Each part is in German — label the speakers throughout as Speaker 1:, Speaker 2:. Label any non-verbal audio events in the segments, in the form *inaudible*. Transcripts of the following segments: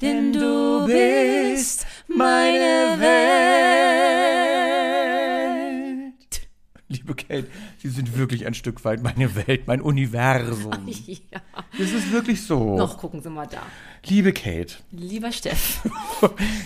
Speaker 1: denn du bist meine Welt.
Speaker 2: Liebe Kate, Sie sind wirklich ein Stück weit meine Welt, mein Universum.
Speaker 1: Ja.
Speaker 2: Das ist wirklich so.
Speaker 1: Noch gucken Sie mal da.
Speaker 2: Liebe Kate,
Speaker 1: Lieber Steff.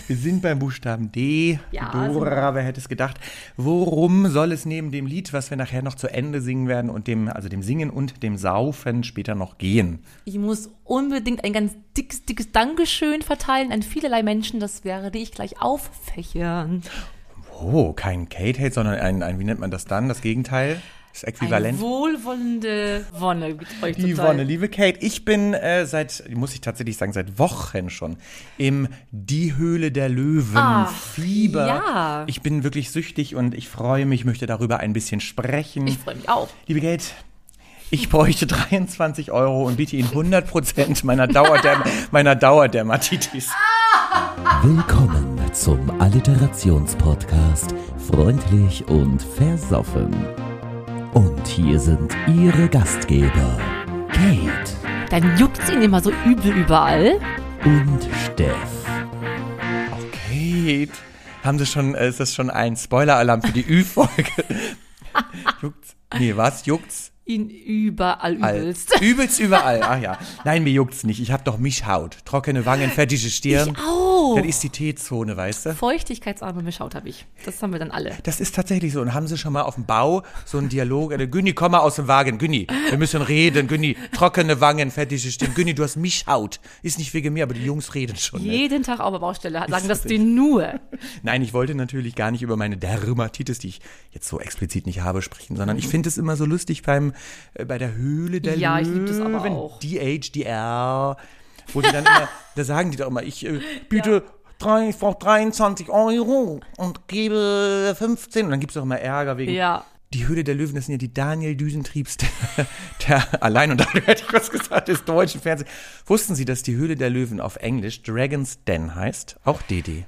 Speaker 2: wir sind beim Buchstaben D.
Speaker 1: Ja, also-
Speaker 2: Dora, wer hätte es gedacht? Worum soll es neben dem Lied, was wir nachher noch zu Ende singen werden und dem, also dem Singen und dem Saufen später noch gehen?
Speaker 1: Ich muss unbedingt ein ganz dickes, dickes Dankeschön verteilen an vielerlei Menschen. Das werde ich gleich auffächern.
Speaker 2: Oh, kein Kate-Hate, sondern ein, ein, wie nennt man das dann? Das Gegenteil? Das Äquivalent?
Speaker 1: Eine wohlwollende Wonne gibt euch
Speaker 2: Die
Speaker 1: total.
Speaker 2: Wonne, liebe Kate, ich bin äh, seit, muss ich tatsächlich sagen, seit Wochen schon im Die Höhle der Löwen
Speaker 1: Ach,
Speaker 2: Fieber.
Speaker 1: ja.
Speaker 2: Ich bin wirklich süchtig und ich freue mich, möchte darüber ein bisschen sprechen.
Speaker 1: Ich freue mich auch.
Speaker 2: liebe Kate, ich bräuchte 23 Euro und biete Ihnen 100 Prozent meiner, Dauerdäm meiner Dauerdermatitis.
Speaker 3: Willkommen zum Alliterationspodcast Freundlich und Versoffen. Und hier sind Ihre Gastgeber, Kate
Speaker 1: Dann juckt's ihn immer so übel überall.
Speaker 3: und Steff.
Speaker 2: Kate, haben Sie schon, äh, ist das schon ein Spoiler-Alarm für die Ü-Folge? *laughs* Juckt's? Nee, was? Juckt's?
Speaker 1: Ihn überall übelst. *laughs*
Speaker 2: Übelst überall. Ach ja. Nein, mir juckt's nicht. Ich hab doch Mischhaut. Trockene Wangen, fettige Stirn.
Speaker 1: Ich auch.
Speaker 2: Das ist die T-Zone, weißt du?
Speaker 1: Feuchtigkeitsarme Mischaut habe ich. Das haben wir dann alle.
Speaker 2: Das ist tatsächlich so. Und haben Sie schon mal auf dem Bau so einen Dialog? Äh, Günni, komm mal aus dem Wagen. Günni, wir müssen reden. Günni, trockene Wangen, fettige Stirn. Günni, du hast Mischhaut. Ist nicht wegen mir, aber die Jungs reden schon. Ne?
Speaker 1: Jeden Tag auf der Baustelle sagen das
Speaker 2: richtig.
Speaker 1: die nur.
Speaker 2: Nein, ich wollte natürlich gar nicht über meine Dermatitis, die ich jetzt so explizit nicht habe, sprechen, sondern ich finde es immer so lustig beim, äh, bei der Höhle der
Speaker 1: Mhm. Ja, ich
Speaker 2: Löwen.
Speaker 1: lieb das aber auch.
Speaker 2: DHDR. Wo die dann
Speaker 1: *laughs*
Speaker 2: immer, da sagen die doch immer, ich äh, biete drei, ich brauch 23 Euro und gebe 15. Und dann gibt's doch immer Ärger wegen.
Speaker 1: Ja.
Speaker 2: Die Höhle der Löwen, das sind ja die Daniel Düsentriebs der, der allein *laughs* und hätte ich was gesagt, des deutschen Fernsehens. Wussten Sie, dass die Höhle der Löwen auf Englisch Dragon's Den heißt? Auch DD.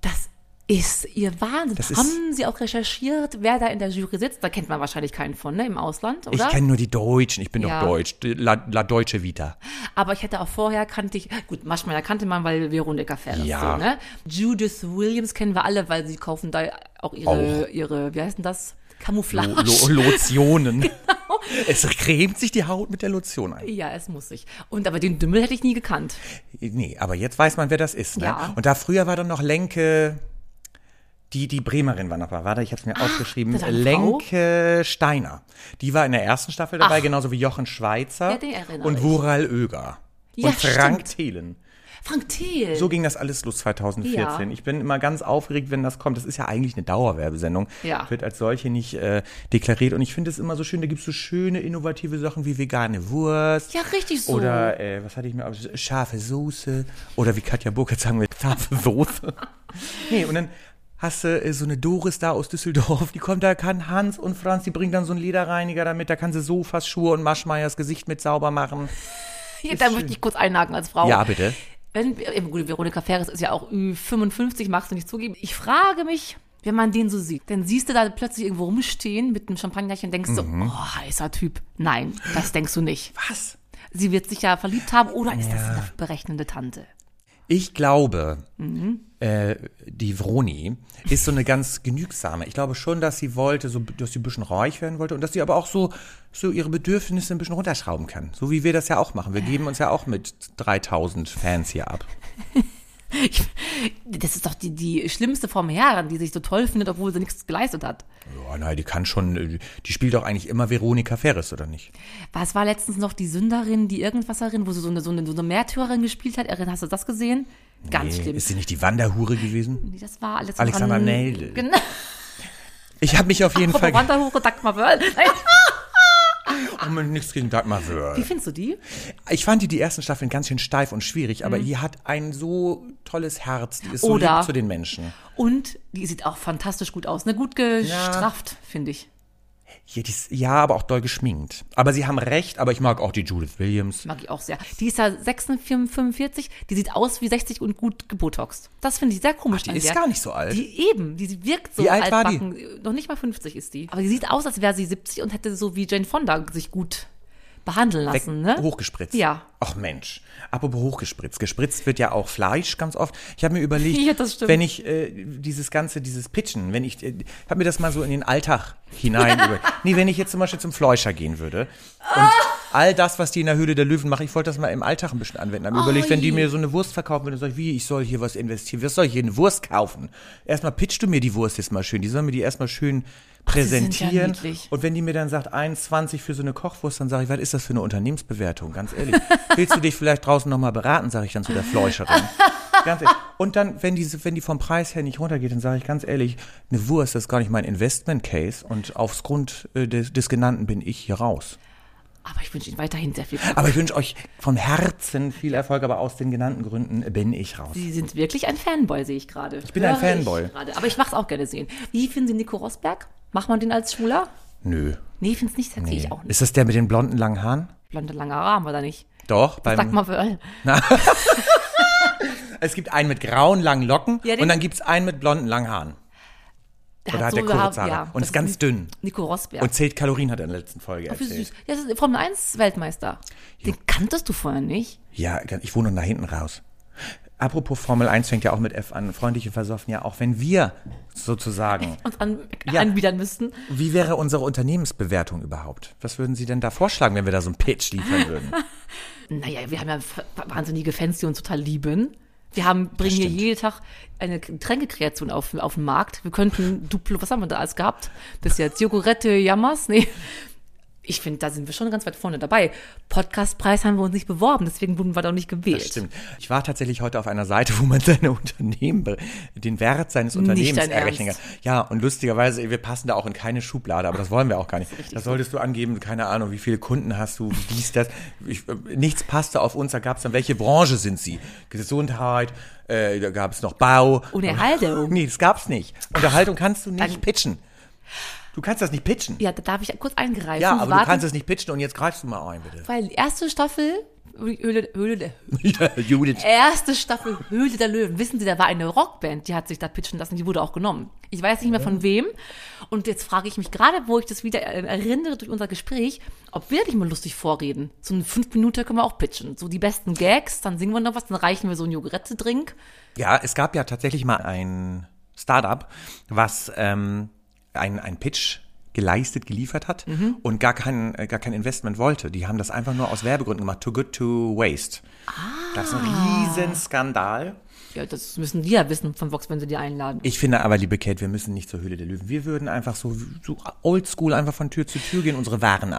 Speaker 1: Das ist ihr Wahnsinn.
Speaker 2: Das ist-
Speaker 1: haben Sie auch recherchiert, wer da in der Jury sitzt? Da kennt man wahrscheinlich keinen von, ne? Im Ausland, oder?
Speaker 2: Ich kenne nur die Deutschen, ich bin
Speaker 1: Ja.
Speaker 2: doch Deutsch. La, la Deutsche Vita.
Speaker 1: Aber ich hätte auch vorher kannte ich, gut, Maschmeyer kannte man, weil Veronika Ferris,
Speaker 2: Ja.
Speaker 1: so, ne? Judith Williams kennen wir alle, weil sie kaufen da auch ihre,
Speaker 2: Auch.
Speaker 1: ihre, wie heißt denn das?
Speaker 2: Lo,
Speaker 1: Camouflage.
Speaker 2: lo,
Speaker 1: *laughs*
Speaker 2: Lotionen.
Speaker 1: Genau.
Speaker 2: Es cremt sich die Haut mit der Lotion ein.
Speaker 1: Ja, es muss ich. Und aber den Dümmel hätte ich nie gekannt.
Speaker 2: Nee, aber jetzt weiß man, wer das ist. Ne?
Speaker 1: Ja.
Speaker 2: Und da früher war dann noch Lenke, die, die Bremerin war noch mal. Warte, ich habe es mir aufgeschrieben.
Speaker 1: das war eine Ah, Frau?
Speaker 2: Lenke Steiner. Die war in der ersten Staffel dabei,
Speaker 1: Ach.
Speaker 2: genauso wie Jochen Schweizer
Speaker 1: Ja, den erinnere
Speaker 2: und
Speaker 1: ich.
Speaker 2: Wural Oeger.
Speaker 1: Ja,
Speaker 2: und Frank
Speaker 1: stimmt.
Speaker 2: Thelen.
Speaker 1: Frank Thiel.
Speaker 2: So ging das alles los 2014.
Speaker 1: Ja.
Speaker 2: Ich bin immer ganz aufgeregt, wenn das kommt. Das ist ja eigentlich eine Dauerwerbesendung.
Speaker 1: Ja.
Speaker 2: Wird als solche nicht äh, deklariert. Und ich finde es immer so schön, da gibt es so schöne, innovative Sachen wie vegane Wurst.
Speaker 1: ja, richtig so.
Speaker 2: Oder äh, was hatte ich mir auf? Scharfe Soße. Oder wie Katja Burkert sagen wir, scharfe
Speaker 1: *laughs*
Speaker 2: Soße. nee, und dann hast du äh, so eine Doris da aus Düsseldorf, die kommt da, kann Hans und Franz, die bringen dann so einen Lederreiniger damit, da kann sie Sofas, Schuhe und Maschmeyers Gesicht mit sauber machen.
Speaker 1: Hier, da möchte ich kurz einhaken als Frau.
Speaker 2: Ja, bitte.
Speaker 1: Wenn, eben, gut, Veronika Ferris ist ja auch Ü55, magst du nicht zugeben. Ich frage mich, wenn man den so sieht, dann siehst du da plötzlich irgendwo rumstehen mit einem Champagnerchen und denkst du,
Speaker 2: Mhm.
Speaker 1: oh, heißer Typ. Nein, das denkst du nicht.
Speaker 2: Was?
Speaker 1: Sie wird sich ja verliebt haben oder ist das eine berechnende Tante?
Speaker 2: Ich glaube,
Speaker 1: Mhm.
Speaker 2: äh, die Vroni ist so eine ganz genügsame. Ich glaube schon, dass sie wollte, so, dass sie ein bisschen reich werden wollte und dass sie aber auch so, so ihre Bedürfnisse ein bisschen runterschrauben kann. So wie wir das ja auch machen. Wir geben uns ja auch mit 3000 Fans hier ab.
Speaker 1: Ich, das ist doch die, die schlimmste Form Herren, die sich so toll findet, obwohl sie nichts geleistet hat.
Speaker 2: Ja, nein, die kann schon, äh, die spielt doch eigentlich immer Veronika Ferris, oder nicht?
Speaker 1: Was war letztens noch die Sünderin, die Irgendwasserin, wo sie so eine, so eine, so eine Märtyrerin gespielt hat? Erin, hast du das gesehen? Ganz
Speaker 2: Nee,
Speaker 1: schlimm.
Speaker 2: Äh, Ist sie nicht die Wanderhure gewesen?
Speaker 1: Nee, das war Alexander,
Speaker 2: Alexandra Neldel.
Speaker 1: Genau.
Speaker 2: Ich habe mich auf jeden Fall.
Speaker 1: Verwandter Hure, Dagmar Wörl. Nein.
Speaker 2: Oh, nichts gegen Dagmar Wörl.
Speaker 1: Wie findest du die?
Speaker 2: Ich fand die, die ersten Staffeln ganz schön steif und schwierig, aber die hat ein so tolles Herz, die ist so
Speaker 1: Mhm. Oder-
Speaker 2: lieb zu den Menschen.
Speaker 1: Und die sieht auch fantastisch gut aus. Ne? Gut gestrafft, finde ich.
Speaker 2: Ja, die ist, ja, aber auch doll geschminkt. Aber sie haben recht, aber ich mag auch die Judith Williams.
Speaker 1: Mag ich auch sehr. Die ist ja 46, die sieht aus wie 60 und gut gebotoxt. Das finde ich sehr komisch.
Speaker 2: Die
Speaker 1: an
Speaker 2: ist
Speaker 1: der.
Speaker 2: gar nicht so alt.
Speaker 1: Die eben, die wirkt so
Speaker 2: Wie alt war die?
Speaker 1: altbacken. Noch nicht mal 50 ist die. Aber die sieht aus, als wäre sie 70 und hätte so wie Jane Fonda sich gut behandeln lassen, ne?
Speaker 2: Hochgespritzt.
Speaker 1: Ja.
Speaker 2: Ach Mensch. Apropos hochgespritzt. Gespritzt wird ja auch Fleisch ganz oft. Ich habe mir überlegt,
Speaker 1: *laughs* Ja, das stimmt.
Speaker 2: wenn ich äh, dieses ganze, dieses Pitchen, wenn ich, äh, habe mir das mal so in den Alltag
Speaker 1: *laughs*
Speaker 2: hinein über. Nee, wenn ich jetzt zum Beispiel zum Fleischer gehen würde und
Speaker 1: Ah.
Speaker 2: all das, was die in der Höhle der Löwen machen, ich wollte das mal im Alltag ein bisschen anwenden.
Speaker 1: Oh
Speaker 2: Habe mir überlegt, wenn die
Speaker 1: Oi.
Speaker 2: mir so eine Wurst verkaufen würden, dann sag ich, wie, ich soll hier was investieren, was soll ich hier eine Wurst kaufen? Erstmal pitchst du mir die Wurst jetzt mal schön, die sollen mir die erstmal schön
Speaker 1: sind ja
Speaker 2: präsentieren.
Speaker 1: niedlich.
Speaker 2: Und wenn die mir dann sagt, 1,20 für so eine Kochwurst, dann sage ich, was ist das für eine Unternehmensbewertung? Ganz
Speaker 1: *laughs*
Speaker 2: ehrlich. Willst du dich vielleicht draußen nochmal beraten, sage ich dann zu der Fleischerin. Ganz ehrlich. Und dann, wenn die, wenn die vom Preis her nicht runtergeht, dann sage ich ganz ehrlich, eine Wurst das ist gar nicht mein Investment Case und aufgrund äh, des, des Genannten bin ich hier raus.
Speaker 1: Aber ich wünsche Ihnen weiterhin sehr viel Glück.
Speaker 2: Aber ich wünsche euch von Herzen viel Erfolg, aber aus den genannten Gründen bin ich raus.
Speaker 1: Sie sind wirklich ein Fanboy, sehe ich gerade. Ich
Speaker 2: bin ein Fanboy.
Speaker 1: Gerade. Aber ich mache es auch gerne sehen. Wie finden Sie Nico Rosberg? Macht man den als Schwuler?
Speaker 2: Nö.
Speaker 1: Nee, ich finde es nicht sexy. Ich auch nicht.
Speaker 2: Ist das der mit den blonden langen Haaren?
Speaker 1: Blonde, lange Haare haben wir da nicht.
Speaker 2: Doch, beim,
Speaker 1: Sag mal, für,
Speaker 2: es gibt einen mit grauen langen Locken
Speaker 1: Ja, den-
Speaker 2: und dann gibt es einen mit blonden langen Haaren.
Speaker 1: der
Speaker 2: Oder hat
Speaker 1: so
Speaker 2: der
Speaker 1: gehabt-
Speaker 2: kurze Haare
Speaker 1: ja,
Speaker 2: und
Speaker 1: das
Speaker 2: ist ganz dünn.
Speaker 1: Nico Rosberg.
Speaker 2: Und zählt Kalorien hat er in der letzten Folge
Speaker 1: Wie süß.
Speaker 2: erzählt.
Speaker 1: Ja, Das ist Formel 1 Weltmeister. Den kanntest du vorher nicht.
Speaker 2: Ja, ich wohne nach hinten raus. Apropos Formel 1 fängt ja auch mit F an. Freundliche Versoffen ja auch, wenn wir
Speaker 1: *laughs*
Speaker 2: sozusagen.
Speaker 1: Uns an,
Speaker 2: Ja.
Speaker 1: anbiedern müssten.
Speaker 2: Wie wäre unsere Unternehmensbewertung überhaupt? Was würden Sie denn da vorschlagen, wenn wir da so einen Pitch
Speaker 1: Ah.
Speaker 2: liefern würden?
Speaker 1: Naja, wir haben ja f- wahnsinnige Fans, die uns total lieben. Wir haben, bringen hier
Speaker 2: stimmt.
Speaker 1: jeden Tag eine Getränkekreation auf, auf den Markt. Wir könnten Duplo, was haben wir da alles gehabt? Bis jetzt Jogurette, Yamas? Nee. Ich finde, da sind wir schon ganz weit vorne dabei. Podcastpreis haben wir uns nicht beworben, deswegen wurden wir da auch nicht gewählt.
Speaker 2: Das stimmt. Ich war tatsächlich heute auf einer Seite, *laughs* wo man seine Unternehmen, be- den Wert seines Unternehmens
Speaker 1: dein
Speaker 2: errechnen kann.
Speaker 1: Ernst.
Speaker 2: Ja, und lustigerweise, wir passen da auch in keine Schublade, aber das wollen wir auch gar nicht. Da solltest du angeben, keine Ahnung, wie viele Kunden hast du, wie dies, das. Ich, äh, nichts passte auf uns, da gab es dann, welche Branche sind sie? Gesundheit, äh, da gab es noch Bau.
Speaker 1: Und Erhaltung.
Speaker 2: Nee, das gab's nicht. Unterhaltung kannst du nicht pitchen. Du kannst das nicht pitchen.
Speaker 1: Ja, da darf ich kurz eingreifen.
Speaker 2: Ja,
Speaker 1: Sie
Speaker 2: aber du
Speaker 1: warten,
Speaker 2: kannst es nicht pitchen und jetzt greifst du mal ein, bitte.
Speaker 1: Weil die erste Staffel, Höhle, Höhle, der-
Speaker 2: *laughs* Ja, Judith.
Speaker 1: erste Staffel Höhle der Löwen. Wissen Sie, da war eine Rockband, die hat sich da pitchen lassen, die wurde auch genommen. Ich weiß nicht mehr von wem. Und jetzt frage ich mich gerade, wo ich das wieder äh, erinnere durch unser Gespräch, ob wir nicht mal lustig vorreden. So eine fünf Minuten können wir auch pitchen. So die besten Gags, dann singen wir noch was, dann reichen wir so einen Jogurette-Drink.
Speaker 2: Ja, es gab ja tatsächlich mal ein Startup, was ähm, ein, ein Pitch geleistet, geliefert hat
Speaker 1: Mhm.
Speaker 2: und gar kein, äh, gar kein Investment wollte. Die haben das einfach nur aus Werbegründen gemacht. Too good to waste.
Speaker 1: Ah.
Speaker 2: Das ist ein Riesenskandal.
Speaker 1: Ja, das müssen die ja wissen von Vox, wenn sie die einladen.
Speaker 2: Ich finde aber, liebe Kate, wir müssen nicht zur Höhle der Löwen. Wir würden einfach so, so oldschool einfach von Tür zu Tür gehen, unsere Waren
Speaker 1: Für die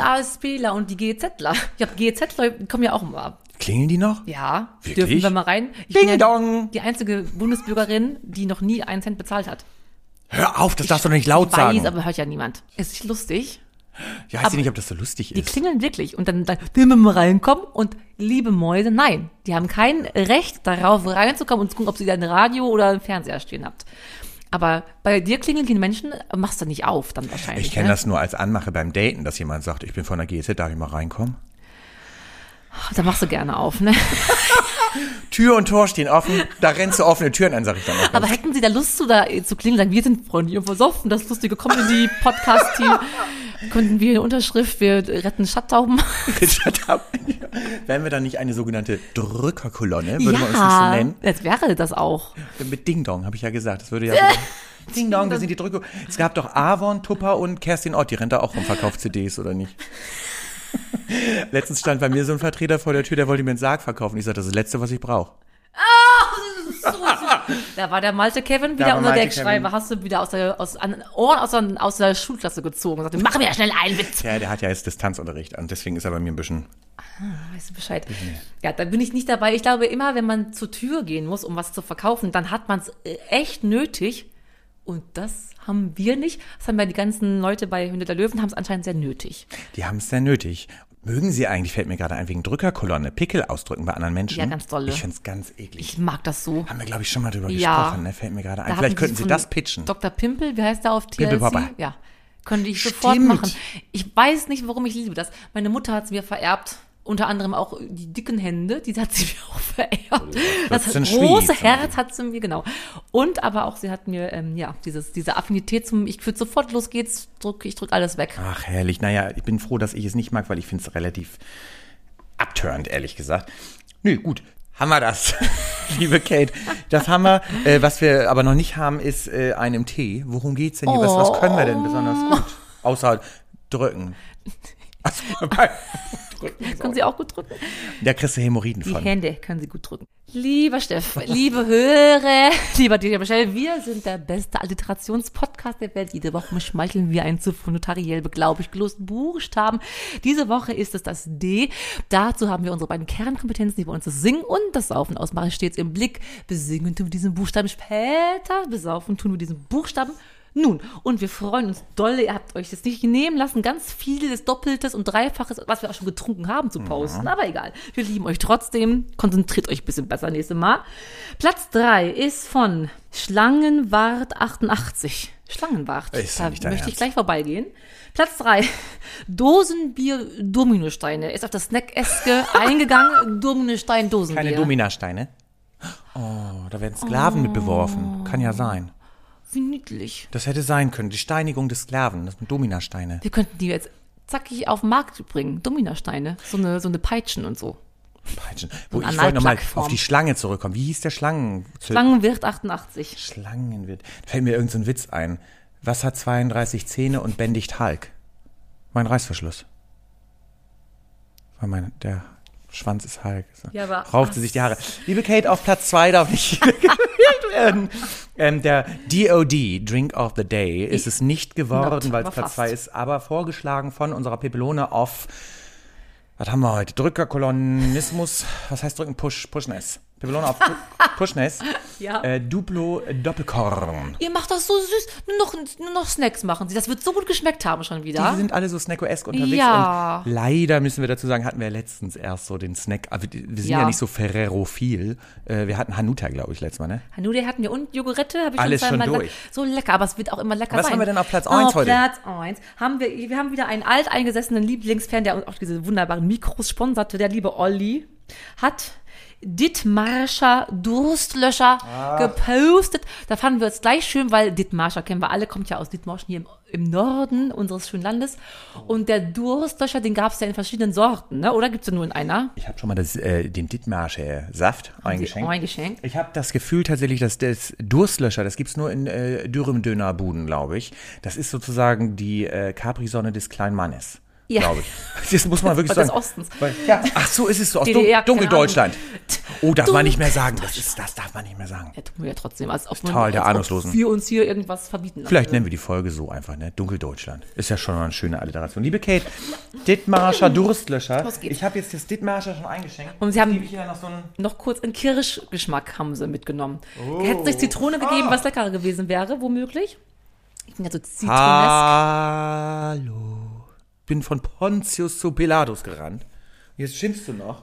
Speaker 2: anpreisen.
Speaker 1: ASPler und die GEZler. Ich hab GEZler kommen ja auch immer ab.
Speaker 2: Klingeln die noch?
Speaker 1: Ja,
Speaker 2: Wirklich?
Speaker 1: dürfen wir mal rein. Ich
Speaker 2: Ding
Speaker 1: bin ja
Speaker 2: dong!
Speaker 1: die einzige Bundesbürgerin, die noch nie einen Cent bezahlt hat.
Speaker 2: Hör auf, das darfst du doch nicht laut
Speaker 1: Weiß,
Speaker 2: sagen.
Speaker 1: aber hört ja niemand. Ist nicht lustig.
Speaker 2: ja, weiß ich nicht, ob das so lustig
Speaker 1: Die
Speaker 2: ist.
Speaker 1: klingeln wirklich und dann, dann dürfen wir mal reinkommen und liebe Mäuse, nein, die haben kein Recht darauf reinzukommen und zu gucken, ob sie da ein Radio oder einen Fernseher stehen habt. Aber bei dir klingeln die Menschen, machst du nicht auf dann wahrscheinlich.
Speaker 2: Ich kenne
Speaker 1: ne?
Speaker 2: das nur als Anmache beim Daten, dass jemand sagt, ich bin von der GZ, darf ich mal reinkommen?
Speaker 1: Da machst du gerne auf, ne?
Speaker 2: Tür und Tor stehen offen, da rennst du offene Türen ein, sag ich dann auch.
Speaker 1: Aber hätten sie da Lust zu, da äh, zu klingeln, sagen, wir sind freundlich und versoffen, das lustige Comedy-Podcast-Team. *laughs* Könnten wir eine Unterschrift, wir retten Schattauben.
Speaker 2: *laughs* Shut up. Wären wir dann nicht eine sogenannte Drückerkolonne, würde man uns nicht so
Speaker 1: ja,
Speaker 2: nennen?
Speaker 1: das wäre das auch.
Speaker 2: Mit Ding Dong, habe ich ja gesagt. Das würde ja
Speaker 1: Äh,
Speaker 2: so *laughs* Ding Dong, das sind die Drücker. Es gab doch Avon, Tupper und Kerstin Ott, die rennt da auch rum, verkauft CDs, oder nicht? *laughs* Letztens stand bei mir so ein Vertreter vor der Tür, der wollte mir einen Sarg verkaufen. Ich sagte, das ist das Letzte, was ich brauche.
Speaker 1: Da war der Malte Kevin
Speaker 2: war
Speaker 1: wieder unser
Speaker 2: Malte
Speaker 1: Gagschreiber.
Speaker 2: Kevin.
Speaker 1: Hast du wieder aus der aus, an, Ohren aus, der- aus der Schulklasse gezogen und sagte, mach mir schnell einen Witz.
Speaker 2: Ja, der hat ja jetzt Distanzunterricht an, deswegen ist er bei mir ein bisschen.
Speaker 1: Weißt du Bescheid? Ja, da bin ich nicht dabei. Ich glaube, immer wenn man zur Tür gehen muss, um was zu verkaufen, dann hat man es echt nötig. Und das haben wir nicht. Das haben ja die ganzen Leute bei Hünde der Löwen, haben es anscheinend sehr nötig.
Speaker 2: Die haben es sehr nötig. Mögen sie eigentlich, fällt mir gerade ein, wegen Drückerkolonne, Pickel ausdrücken bei anderen Menschen?
Speaker 1: Ja, ganz dolle.
Speaker 2: Ich finde es ganz eklig.
Speaker 1: Ich mag das so.
Speaker 2: Haben wir, glaube ich, schon mal drüber
Speaker 1: Ja.
Speaker 2: gesprochen, ne? fällt mir gerade ein.
Speaker 1: Da
Speaker 2: Vielleicht
Speaker 1: hatten
Speaker 2: könnten Sie
Speaker 1: von
Speaker 2: das pitchen.
Speaker 1: Dr. Pimpel, wie heißt der auf TLC?
Speaker 2: Pimpelpapa.
Speaker 1: Ja, könnte ich sofort
Speaker 2: Stimmt.
Speaker 1: machen. Ich weiß nicht, warum ich liebe das. Meine Mutter hat es mir vererbt Unter anderem auch die dicken Hände, die hat sie mir auch verehrt. Das,
Speaker 2: sind
Speaker 1: große
Speaker 2: Schwied.
Speaker 1: Herz hat sie mir, genau. Und aber auch, sie hat mir, ähm, ja, dieses, diese Affinität zum, ich würde sofort, los geht's, drück, ich drück alles weg.
Speaker 2: Ach, herrlich. Naja, ich bin froh, dass ich es nicht mag, weil ich finde es relativ abturnt, ehrlich gesagt. Nö, gut. Haben wir das, *laughs* liebe Kate. Das haben wir. Äh, was wir aber noch nicht haben, ist äh, einem Tee. Worum geht's denn hier? Was, was können wir denn besonders gut?
Speaker 1: Oh.
Speaker 2: Außer drücken. Also,
Speaker 1: Können Sie auch gut drücken?
Speaker 2: da kriegst du Hämorrhoiden
Speaker 1: Die
Speaker 2: von.
Speaker 1: Hände können Sie gut drücken. Lieber Steff, liebe Hörer, *laughs* lieber Delia Michelle, wir sind der beste Alliterationspodcast der Welt. Jede Woche schmeicheln wir einen zu von notariell beglaubigt gelosten Buchstaben. Diese Woche ist es das D. Dazu haben wir unsere beiden Kernkompetenzen, die bei uns das Singen und das Saufen ausmachen, stets im Blick. Besingen tun wir diesen Buchstaben später, besaufen tun wir diesen Buchstaben nun, und wir freuen uns dolle, ihr habt euch das nicht nehmen lassen, ganz vieles Doppeltes und Dreifaches, was wir auch schon getrunken haben, zu posten.
Speaker 2: Mhm.
Speaker 1: Aber egal, wir lieben euch trotzdem. Konzentriert euch ein bisschen besser nächstes Mal. Platz 3 ist von Schlangenwart 88. Schlangenwart.
Speaker 2: Ist ja
Speaker 1: da
Speaker 2: nicht
Speaker 1: möchte
Speaker 2: dein
Speaker 1: ich
Speaker 2: Ernst.
Speaker 1: gleich vorbeigehen. Platz 3. Dosenbier Dominosteine. Ist auf
Speaker 2: *laughs*
Speaker 1: das Snack-Eske eingegangen. Dominostein Dosenbier.
Speaker 2: Keine Dominasteine. Oh, da werden Sklaven mit beworfen. Kann ja sein.
Speaker 1: Wie niedlich.
Speaker 2: Das hätte sein können. Die Steinigung des Sklaven. Das sind Dominasteine.
Speaker 1: Wir könnten die jetzt zackig auf den Markt bringen. Dominasteine. So eine, so eine Peitschen und so.
Speaker 2: Peitschen. Wo
Speaker 1: eine
Speaker 2: ich wollte nochmal
Speaker 1: Analplattform.
Speaker 2: auf die Schlange zurückkommen. Wie hieß der Schlangen?
Speaker 1: Schlangenwirt 88.
Speaker 2: Schlangenwirt. Da fällt mir irgendein so ein Witz ein. Was hat 32 Zähne und bändigt Hulk? Mein Reißverschluss. Weil mein, der Schwanz ist Hulk. So.
Speaker 1: Ja, aber-
Speaker 2: Raufte sich die Haare. Liebe Kate, auf Platz zwei darf
Speaker 1: *laughs*
Speaker 2: nicht gewählt werden. Ähm, der DOD, Drink of the Day, ist es nicht geworden,
Speaker 1: Not,
Speaker 2: weil es
Speaker 1: aber
Speaker 2: Platz
Speaker 1: fast.
Speaker 2: zwei ist, aber vorgeschlagen von unserer Pepelone auf, was haben wir heute? Drückerkolonismus, was heißt drücken? Push, Pushness. Pepelone
Speaker 1: *laughs*
Speaker 2: auf Dru- Pushness.
Speaker 1: Ja.
Speaker 2: Äh, Duplo äh, Doppelkorn.
Speaker 1: Ihr macht das so süß. Nur noch, nur noch Snacks machen sie. Das wird so gut geschmeckt haben schon wieder.
Speaker 2: Die sind alle so snackoesk unterwegs.
Speaker 1: Ja.
Speaker 2: Und leider müssen wir dazu sagen, hatten wir letztens erst so den Snack. Aber die- wir sind ja,
Speaker 1: Ja.
Speaker 2: nicht so Ferrero-viel. Äh, Wir hatten Hanuta, glaube ich, letztes Mal, ne?
Speaker 1: Hanudi hatten wir und Jogurette, habe ich
Speaker 2: Alles
Speaker 1: schon zweimal
Speaker 2: schon
Speaker 1: gesagt. So lecker, aber es wird auch immer lecker
Speaker 2: Was
Speaker 1: sein.
Speaker 2: haben wir denn auf Platz
Speaker 1: eins
Speaker 2: eins heute?
Speaker 1: Platz eins haben wir, wir haben wieder einen alteingesessenen Lieblingsfan, der uns auch diese wunderbaren Mikros sponserte, der liebe Olli, hat Dithmarscher Durstlöscher
Speaker 2: Ah.
Speaker 1: gepostet. Da fanden wir uns gleich schön, weil Dithmarscher kennen wir alle, kommt ja aus Dithmarschen hier im, im Norden unseres schönen Landes. Und der Durstlöscher, den gab es ja in verschiedenen Sorten, ne? oder gibt es ja nur in einer?
Speaker 2: Ich habe schon mal das, äh, den Dithmarscher Saft eingeschenkt.
Speaker 1: eingeschenkt.
Speaker 2: Ich habe das Gefühl tatsächlich, dass das Durstlöscher, das gibt's nur in äh, Dürüm-Dönerbuden, glaube ich. Das ist sozusagen die äh, Capri-Sonne des kleinen Mannes.
Speaker 1: Ja.
Speaker 2: Glaube ich. Das muss man
Speaker 1: *laughs*
Speaker 2: wirklich
Speaker 1: Des
Speaker 2: sagen.
Speaker 1: Ostens.
Speaker 2: Weil, ja. Ach so, ist es so aus
Speaker 1: DDR, keine
Speaker 2: DDR, Dunkeldeutschland.
Speaker 1: Ahnung.
Speaker 2: Oh, darf man nicht mehr sagen. Das, ist, das darf man nicht mehr sagen.
Speaker 1: Ja, tun wir ja trotzdem, als ob,
Speaker 2: Tal
Speaker 1: man,
Speaker 2: der
Speaker 1: als ob
Speaker 2: Ahnungslosen.
Speaker 1: wir uns hier irgendwas verbieten lassen.
Speaker 2: Vielleicht nennen wir die Folge so einfach, ne? Dunkeldeutschland. Ist ja schon mal eine schöne Alliteration. Liebe Kate, Dithmarscher Durstlöscher.
Speaker 1: Los geht's.
Speaker 2: Ich habe jetzt das Dithmarscher schon eingeschenkt.
Speaker 1: Und Sie haben-
Speaker 2: Gebe ich Ihnen noch so einen
Speaker 1: noch kurz einen Kirschgeschmack haben sie mitgenommen.
Speaker 2: Oh.
Speaker 1: Hätte es nicht Zitrone
Speaker 2: Ah.
Speaker 1: gegeben, was leckerer gewesen wäre, womöglich. Ich bin ja so zitronesk.
Speaker 2: Hallo. Bin von Pontius zu Pilatus gerannt. Jetzt schimpfst du noch,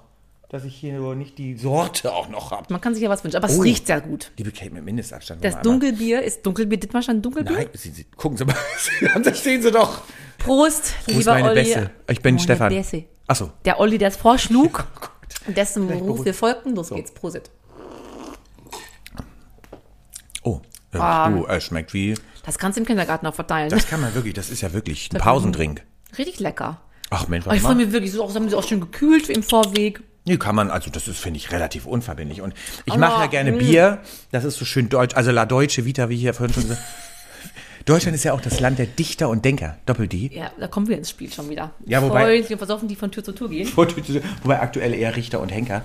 Speaker 2: dass ich hier nur nicht die Sorte auch noch habe.
Speaker 1: Man kann sich ja was wünschen, aber es
Speaker 2: Oh.
Speaker 1: riecht sehr gut.
Speaker 2: Liebe Kate, mit Mindestabstand.
Speaker 1: Das
Speaker 2: wollen wir
Speaker 1: Dunkelbier ist Dunkelbier, Dittmar schon Dunkelbier?
Speaker 2: einmal- Nein, Sie, Sie, gucken Sie mal. *laughs* Sie haben- da stehen Sie doch.
Speaker 1: Prost,
Speaker 2: Wo ist
Speaker 1: lieber
Speaker 2: meine
Speaker 1: Olli.
Speaker 2: Bässe? Ich bin
Speaker 1: Meine
Speaker 2: Stefan.
Speaker 1: Bässe.
Speaker 2: Achso.
Speaker 1: Der Olli, der
Speaker 2: *laughs*
Speaker 1: es vorschlug, dessen Ruf
Speaker 2: beruhigt.
Speaker 1: wir folgten. Los geht's, Prosit.
Speaker 2: Oh.
Speaker 1: Ah.
Speaker 2: Ja, du, es schmeckt wie.
Speaker 1: Das kannst du im Kindergarten auch verteilen.
Speaker 2: Das kann man wirklich, das ist ja wirklich ein Pausendrink.
Speaker 1: *laughs* Richtig lecker.
Speaker 2: Ach Mensch,
Speaker 1: Aber
Speaker 2: was
Speaker 1: ich freue
Speaker 2: man.
Speaker 1: mich wirklich, so auch, das haben sie auch schön gekühlt im Vorweg.
Speaker 2: Nee, kann man, also das ist, finde ich, relativ unverbindlich. Und ich
Speaker 1: Aber, mm.
Speaker 2: mache ja gerne
Speaker 1: mh.
Speaker 2: Bier. Das ist so schön deutsch, also La Deutsche Vita, wie ich ja vorhin schon gesagt *laughs* Deutschland ist ja auch das Land der Dichter und Denker. Doppel die.
Speaker 1: Ja, da kommen wir ins Spiel schon wieder.
Speaker 2: Ja, wobei-
Speaker 1: Freundlich und versoffen, die von Tür zu Tür gehen.
Speaker 2: Wobei aktuell eher Richter und Henker.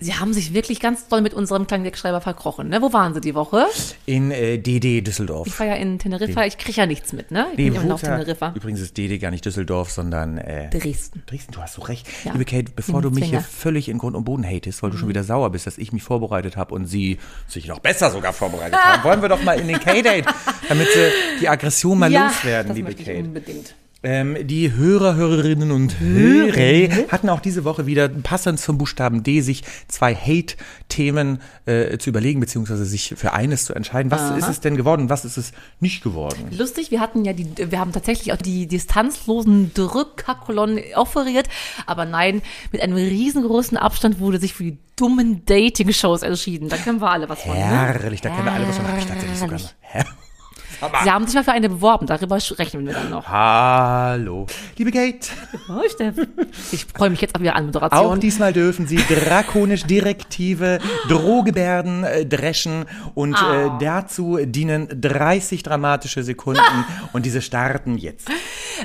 Speaker 1: Sie haben sich wirklich ganz doll mit unserem kleinen Wegschreiber verkrochen. Ne? Wo waren Sie die Woche?
Speaker 2: In äh, DD
Speaker 1: Ich
Speaker 2: Düsseldorf.
Speaker 1: war ja in Teneriffa. Ich kriege ja nichts mit. Ne? Ich bin immer noch auf
Speaker 2: Wuta-
Speaker 1: Teneriffa.
Speaker 2: Übrigens ist DD gar nicht Düsseldorf, sondern äh,
Speaker 1: Dresden.
Speaker 2: Dresden, du hast so recht.
Speaker 1: Ja. Mhm,
Speaker 2: Liebe Kate, bevor du mich
Speaker 1: Zwinger. Mhm.
Speaker 2: hier völlig in Grund und Boden hatest, weil du schon wieder sauer bist, dass ich mich vorbereitet habe und sie sich noch besser sogar vorbereitet
Speaker 1: *laughs*
Speaker 2: haben, wollen wir doch mal in den K-Date, damit sie die Aggression mal loswerden,
Speaker 1: das
Speaker 2: liebe
Speaker 1: möchte ich
Speaker 2: Kate.
Speaker 1: unbedingt.
Speaker 2: Ähm, die Hörer, Hörerinnen und Hörer hatten auch diese Woche wieder passend zum Buchstaben D sich zwei Hate-Themen äh, zu überlegen, beziehungsweise sich für eines zu entscheiden. Was ist es denn geworden? Was ist es nicht geworden?
Speaker 1: Lustig, wir hatten ja die, wir haben tatsächlich auch die distanzlosen Drückerkolonnen offeriert, aber nein, mit einem riesengroßen Abstand wurde sich für die dummen Dating-Shows entschieden. Da können wir alle was von. Ne?
Speaker 2: Herrlich, da kennen wir alle was von. Hab ich tatsächlich sogar.
Speaker 1: Herrlich.
Speaker 2: *laughs* Hä?
Speaker 1: Sie haben sich mal für eine beworben, darüber sprechen wir dann noch.
Speaker 2: Hallo. Liebe Kate,
Speaker 1: Oh, Steff. Ich freue mich jetzt auf Ihre
Speaker 2: auch
Speaker 1: Anmoderation.
Speaker 2: diesmal dürfen Sie drakonisch direktive Drohgebärden äh, dreschen und äh,
Speaker 1: Ah.
Speaker 2: dazu dienen 30 dramatische Sekunden
Speaker 1: Ah.
Speaker 2: und diese starten jetzt.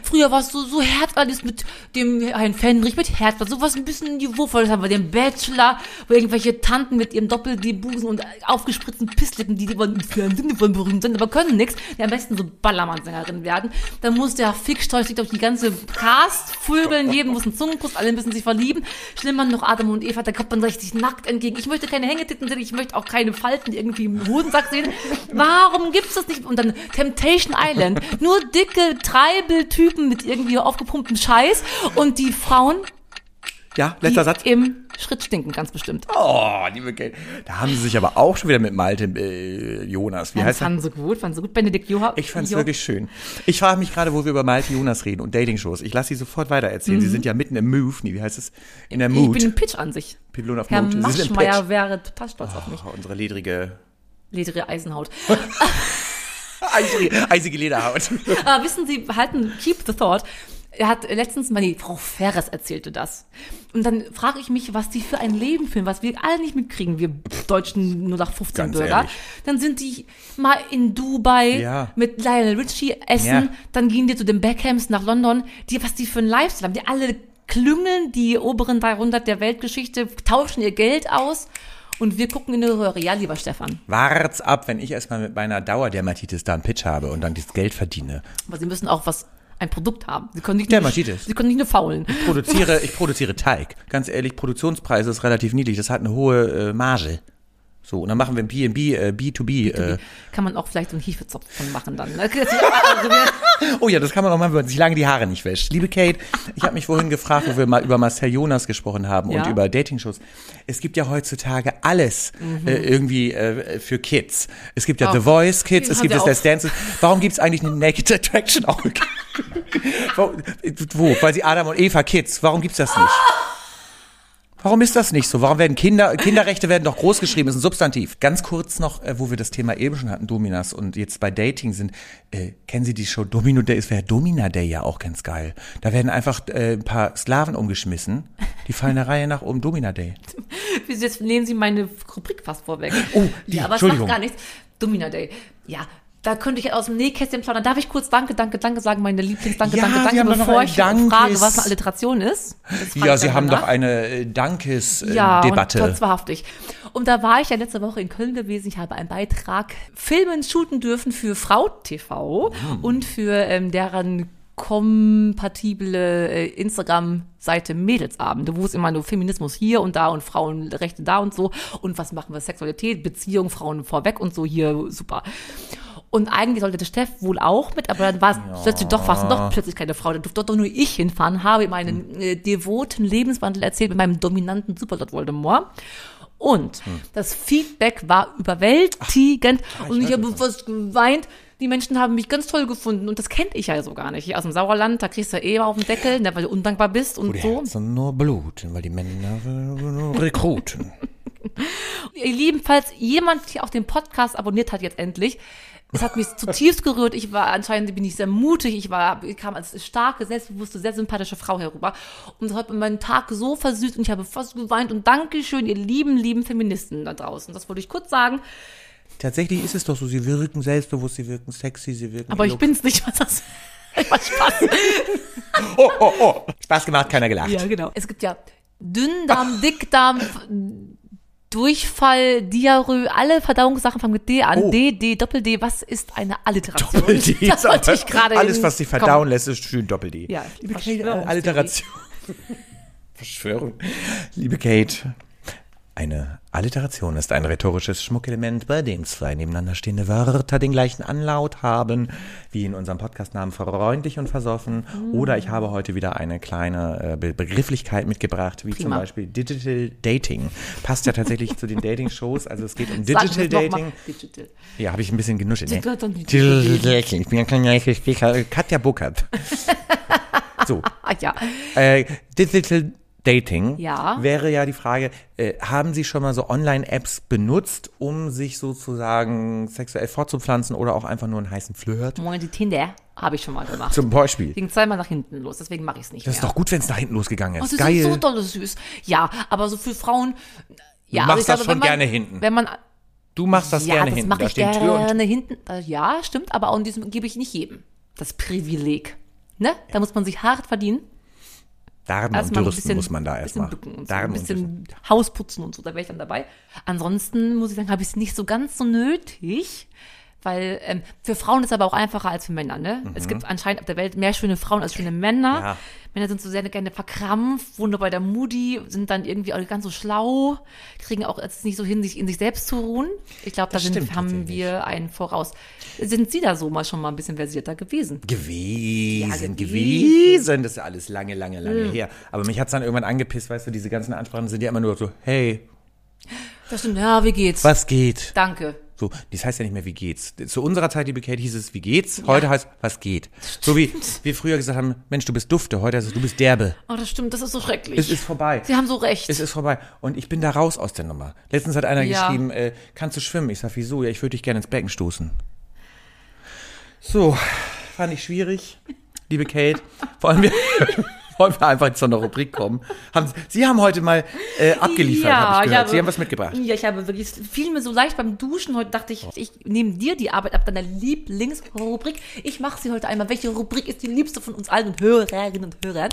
Speaker 1: Früher war es so, so herzallerliebst mit dem Herrn Fenrich, mit Herz, sowas ein bisschen niveauvolles haben wir, den Bachelor, wo irgendwelche Tanten mit ihrem Doppel-D-Busen und aufgespritzten Pisslippen, die lieber im Fernsehen von berühmt sind, aber können nichts, die am besten so Ballermann-Sängerin werden. Dann muss der Fickstolz sich durch die ganze Cast vögeln, jedem muss ein Zungenkuss, alle müssen sich verlieben. Schlimmer noch Adam und Eva, da kommt man richtig nackt entgegen. Ich möchte keine Hängetitten sehen, ich möchte auch keine Falten irgendwie im Hosensack sehen. Warum gibt's das nicht? Und dann Temptation Island. Nur dicke Treibeltypen mit irgendwie aufgepumptem Scheiß und die Frauen,
Speaker 2: Ja,
Speaker 1: die
Speaker 2: letzter Satz.
Speaker 1: im Schritt stinken, ganz bestimmt.
Speaker 2: Oh, liebe Kate. Da haben Sie sich aber auch schon wieder mit Malte äh, Jonas. Wie
Speaker 1: Ja,
Speaker 2: heißt er?
Speaker 1: Oh, fanden sie gut, fanden sie gut. Benedikt Joha.
Speaker 2: Ich fand's
Speaker 1: Jo-
Speaker 2: wirklich schön. Ich frage mich gerade, wo wir über Malte Jonas reden und Dating-Shows. Ich lasse Sie sofort weitererzählen. Sie sind ja mitten im Move. Nee, wie heißt es? In der
Speaker 1: Mhm. Ich
Speaker 2: Mood.
Speaker 1: bin im Pitch an sich.
Speaker 2: Pipelon auf
Speaker 1: Herr
Speaker 2: Mut. Sie sind im Pitch.
Speaker 1: Maschmeyer wäre total stolz auf mich.
Speaker 2: Oh, unsere ledrige,
Speaker 1: Ledere Eisenhaut.
Speaker 2: eisige, eisige Lederhaut.
Speaker 1: Aber Ah, wissen Sie, halten, keep the thought. Er hat letztens mal, nee, Frau Ferres erzählte das. Und dann frage ich mich, was die für ein Leben führen, was wir alle nicht mitkriegen, wir deutschen 0815
Speaker 2: Ganz
Speaker 1: Bürger.
Speaker 2: ehrlich.
Speaker 1: Dann sind die mal in Dubai
Speaker 2: Ja.
Speaker 1: mit Lionel Richie essen,
Speaker 2: Ja.
Speaker 1: dann gehen die zu den Beckhams nach London. Die, was die für ein Lifestyle haben, die alle klüngeln die oberen 300 der Weltgeschichte, tauschen ihr Geld aus und wir gucken in die Röhre. Ja, lieber Stefan.
Speaker 2: Wart's ab, wenn ich erstmal mit meiner Dauerdermatitis da einen Pitch habe und dann dieses Geld verdiene.
Speaker 1: Aber sie müssen auch was, ein Produkt haben. Sie können nicht, nur,
Speaker 2: Dermatitis.
Speaker 1: sie können nicht nur faulen.
Speaker 2: Ich produziere, ich produziere Teig. Ganz ehrlich, Produktionspreis ist relativ niedrig. Das hat eine hohe äh, Marge. So, und dann machen wir ein B&B, äh, B2B. Äh.
Speaker 1: Kann man auch vielleicht so einen Hefezopf von machen dann. ne? *laughs* Also wir-
Speaker 2: Oh ja, das kann man auch machen, wenn man sich lange die Haare nicht wäscht. Liebe Kate, ich habe mich vorhin gefragt, wo wir mal über Marcel Jonas gesprochen haben
Speaker 1: Ja.
Speaker 2: und über Dating-Shows. Es gibt ja heutzutage alles äh, irgendwie äh, für Kids. Es gibt ja
Speaker 1: Mhm. Auch.
Speaker 2: The Voice Kids,
Speaker 1: Den
Speaker 2: es
Speaker 1: haben
Speaker 2: gibt
Speaker 1: wir
Speaker 2: das
Speaker 1: auch.
Speaker 2: Let's Dance. Warum gibt's eigentlich eine Naked Attraction
Speaker 1: *laughs*
Speaker 2: auch? Wo- wo? Weil sie Adam und Eva Kids. Warum gibt's das nicht? Warum ist das nicht so? Warum werden Kinder, Kinderrechte werden doch groß geschrieben, ist ein Substantiv. Ganz kurz noch, äh, wo wir das Thema eben schon hatten, Dominas und jetzt bei Dating sind, äh, kennen Sie die Show Domino Day? Es wäre Domina Day ja auch ganz geil. Da werden einfach äh, ein paar Slaven umgeschmissen, die fallen der Reihe nach um Domina Day.
Speaker 1: *laughs* Wieso Jetzt nehmen Sie meine Rubrik fast vorweg.
Speaker 2: Oh, die,
Speaker 1: ja, aber es macht
Speaker 2: Entschuldigung.
Speaker 1: gar nichts. Domina Day. Ja, da könnte ich aus dem Nähkästchen plaudern. Darf ich kurz Danke, Danke, Danke sagen, meine Lieblings-Danke,
Speaker 2: Ja,
Speaker 1: Danke,
Speaker 2: wir
Speaker 1: Danke,
Speaker 2: haben doch noch
Speaker 1: bevor
Speaker 2: einen
Speaker 1: ich
Speaker 2: Dankes-
Speaker 1: frage, was eine Alliteration ist? Das frage
Speaker 2: Ja,
Speaker 1: ich
Speaker 2: Sie
Speaker 1: dann
Speaker 2: haben
Speaker 1: danach.
Speaker 2: doch eine Dankes-Debatte.
Speaker 1: ja,
Speaker 2: Debatte.
Speaker 1: Und trotz wahrhaftig. Und da war ich ja letzte Woche in Köln gewesen. Ich habe einen Beitrag filmen, shooten dürfen für Frau TV und für ähm, deren kompatible äh, Instagram-Seite Mädelsabende, wo es immer nur Feminismus hier und da und Frauenrechte da und so und was machen wir, Sexualität, Beziehung, Frauen vorweg und so hier, super. Und eigentlich sollte der Steff wohl auch mit, aber dann war es plötzlich doch fast doch plötzlich keine Frau. Da durfte doch nur ich hinfahren, habe ihm einen
Speaker 2: Hm.
Speaker 1: äh, devoten Lebenswandel erzählt mit meinem dominanten Superlord Voldemort. Und
Speaker 2: Hm.
Speaker 1: das Feedback war überwältigend und ich habe fast geweint. Die Menschen haben mich ganz toll gefunden und das kenne ich ja so gar nicht. Hier aus dem Sauerland, da kriegst du ja eh immer auf den Deckel, ne, weil du undankbar bist und
Speaker 2: Die
Speaker 1: so.
Speaker 2: Herzen nur bluten, weil die Männer äh, rekruten.
Speaker 1: Ihr Lieben, falls jemand hier auch den Podcast abonniert hat jetzt endlich, es hat mich zutiefst gerührt. Ich war anscheinend bin ich sehr mutig. Ich war ich kam als starke, selbstbewusste, sehr sympathische Frau herüber und das hat meinen Tag so versüßt und ich habe fast geweint und Dankeschön, ihr lieben, lieben Feministen da draußen. Das wollte ich kurz sagen,
Speaker 2: Tatsächlich ist es doch so, sie wirken selbstbewusst, sie wirken sexy, sie wirken
Speaker 1: aber ich bin's nicht, *laughs* was das macht Spaß.
Speaker 2: Oh, oh, oh. Spaß gemacht, keiner gelacht.
Speaker 1: Ja, genau. Es gibt ja Dünndarm, Dickdarm, Durchfall, Diarrhoe, alle Verdauungssachen fangen mit D an.
Speaker 2: Oh.
Speaker 1: D, D, Doppel D. Was ist eine Alliteration?
Speaker 2: *laughs* Doppel-D.
Speaker 1: *laughs* Das
Speaker 2: *laughs*
Speaker 1: wollte ich gerade
Speaker 2: Alles,
Speaker 1: eben-
Speaker 2: was sich verdauen lässt, ist schön Doppel-D.
Speaker 1: Ja, äh,
Speaker 2: Liebe Kate, *laughs*
Speaker 1: Verschwörungstheorie.
Speaker 2: Alliteration. Verschwörung. Liebe Kate, Eine Alliteration ist ein rhetorisches Schmuckelement, bei dem zwei nebeneinander stehende Wörter den gleichen Anlaut haben, wie in unserem Podcastnamen freundlich und versoffen.
Speaker 1: Mhm.
Speaker 2: Oder ich habe heute wieder eine kleine äh, Be- Begrifflichkeit mitgebracht, wie zum
Speaker 1: Prima.
Speaker 2: Beispiel Digital Dating. Passt ja tatsächlich zu
Speaker 1: *laughs*
Speaker 2: den Dating-Shows. Also es geht um
Speaker 1: Sag mir
Speaker 2: Digital
Speaker 1: das noch mal.
Speaker 2: Dating.
Speaker 1: Digital.
Speaker 2: Ja, habe ich ein bisschen genuschelt. Ne?
Speaker 1: Digital Dating.
Speaker 2: Digital Dating. Ich bin ja kein reicher Speaker. Äh, Katja Buckert. So,
Speaker 1: Ah ja,
Speaker 2: äh, Digital Dating
Speaker 1: Ja.
Speaker 2: wäre ja die Frage, äh, haben Sie schon mal so Online-Apps benutzt, um sich sozusagen sexuell fortzupflanzen oder auch einfach nur einen heißen Flirt?
Speaker 1: Moment, die Tinder habe ich schon mal gemacht.
Speaker 2: Zum Beispiel.
Speaker 1: Ging zweimal nach hinten los, deswegen mache ich es nicht
Speaker 2: Das ist
Speaker 1: mehr.
Speaker 2: doch gut, wenn es nach hinten losgegangen
Speaker 1: Oh,
Speaker 2: ist.
Speaker 1: sie
Speaker 2: Geil.
Speaker 1: sind so dolle süß. Ja, aber so für Frauen. Ja,
Speaker 2: machst
Speaker 1: also
Speaker 2: das
Speaker 1: ich glaube,
Speaker 2: schon
Speaker 1: wenn man,
Speaker 2: gerne hinten.
Speaker 1: Wenn man,
Speaker 2: du machst das
Speaker 1: ja,
Speaker 2: gerne
Speaker 1: das
Speaker 2: hinten.
Speaker 1: mache
Speaker 2: da
Speaker 1: ich
Speaker 2: stehen Tür und
Speaker 1: gerne hinten. Äh, Ja, stimmt, aber an diesem gebe ich nicht jedem. Das Privileg. Ne? Da muss man sich hart verdienen.
Speaker 2: Darben und
Speaker 1: Erstmal ein
Speaker 2: dürsten
Speaker 1: bisschen,
Speaker 2: muss man da
Speaker 1: bisschen
Speaker 2: erstmal.
Speaker 1: bücken und so, ein
Speaker 2: Darben und dürsten.
Speaker 1: bisschen Haus putzen und so, da wäre ich dann dabei. Ansonsten muss ich sagen, habe ich es nicht so ganz so nötig, weil ähm, für Frauen ist es aber auch einfacher als für Männer. Ne? Es gibt anscheinend auf der Welt mehr schöne Frauen als schöne Männer.
Speaker 2: Mhm. Ja.
Speaker 1: Männer sind so sehr gerne verkrampft, wohnen bei der Moody, sind dann irgendwie auch ganz so schlau, kriegen auch es nicht so hin, sich in sich selbst zu ruhen. Ich glaube, da
Speaker 2: Das
Speaker 1: sind,
Speaker 2: stimmt
Speaker 1: haben
Speaker 2: tatsächlich.
Speaker 1: wir einen voraus. Sind Sie da so mal schon mal ein bisschen versierter gewesen?
Speaker 2: Gewesen,
Speaker 1: gewesen.
Speaker 2: gewesen. Das ist alles lange, lange, lange her. Aber mich hat es dann irgendwann angepisst, weißt du, diese ganzen Ansprachen sind ja immer nur so, hey,
Speaker 1: Das stimmt, ja, wie geht's?
Speaker 2: was geht?
Speaker 1: Danke.
Speaker 2: So, das heißt ja nicht mehr, wie geht's. Zu unserer Zeit, liebe Kate, hieß es, wie geht's? Heute heißt, was geht. So wie wir früher gesagt haben, Mensch, du bist dufte. Heute heißt es, du bist derbe.
Speaker 1: Oh, das stimmt, das ist so schrecklich.
Speaker 2: Es ist vorbei.
Speaker 1: Sie haben so recht.
Speaker 2: Es ist vorbei. Und ich bin da raus aus der Nummer. Letztens hat einer
Speaker 1: Ja.
Speaker 2: geschrieben, äh, kannst du schwimmen? Ich sag, wieso? Ja, ich würde dich gerne ins Becken stoßen. So, fand ich schwierig, liebe Kate. Wollen wir, *laughs* wollen wir einfach zu einer Rubrik kommen? Haben, Sie- Sie haben heute mal äh, abgeliefert,
Speaker 1: Ja,
Speaker 2: habe ich
Speaker 1: ich
Speaker 2: gehört.
Speaker 1: habe-
Speaker 2: Sie haben was mitgebracht.
Speaker 1: Ja, ich habe wirklich, es fiel mir so leicht beim Duschen heute, dachte ich, ich nehme dir die Arbeit ab, deiner Lieblingsrubrik. Ich mache sie heute einmal. Welche Rubrik ist die liebste von uns allen Hörerinnen und Hörern?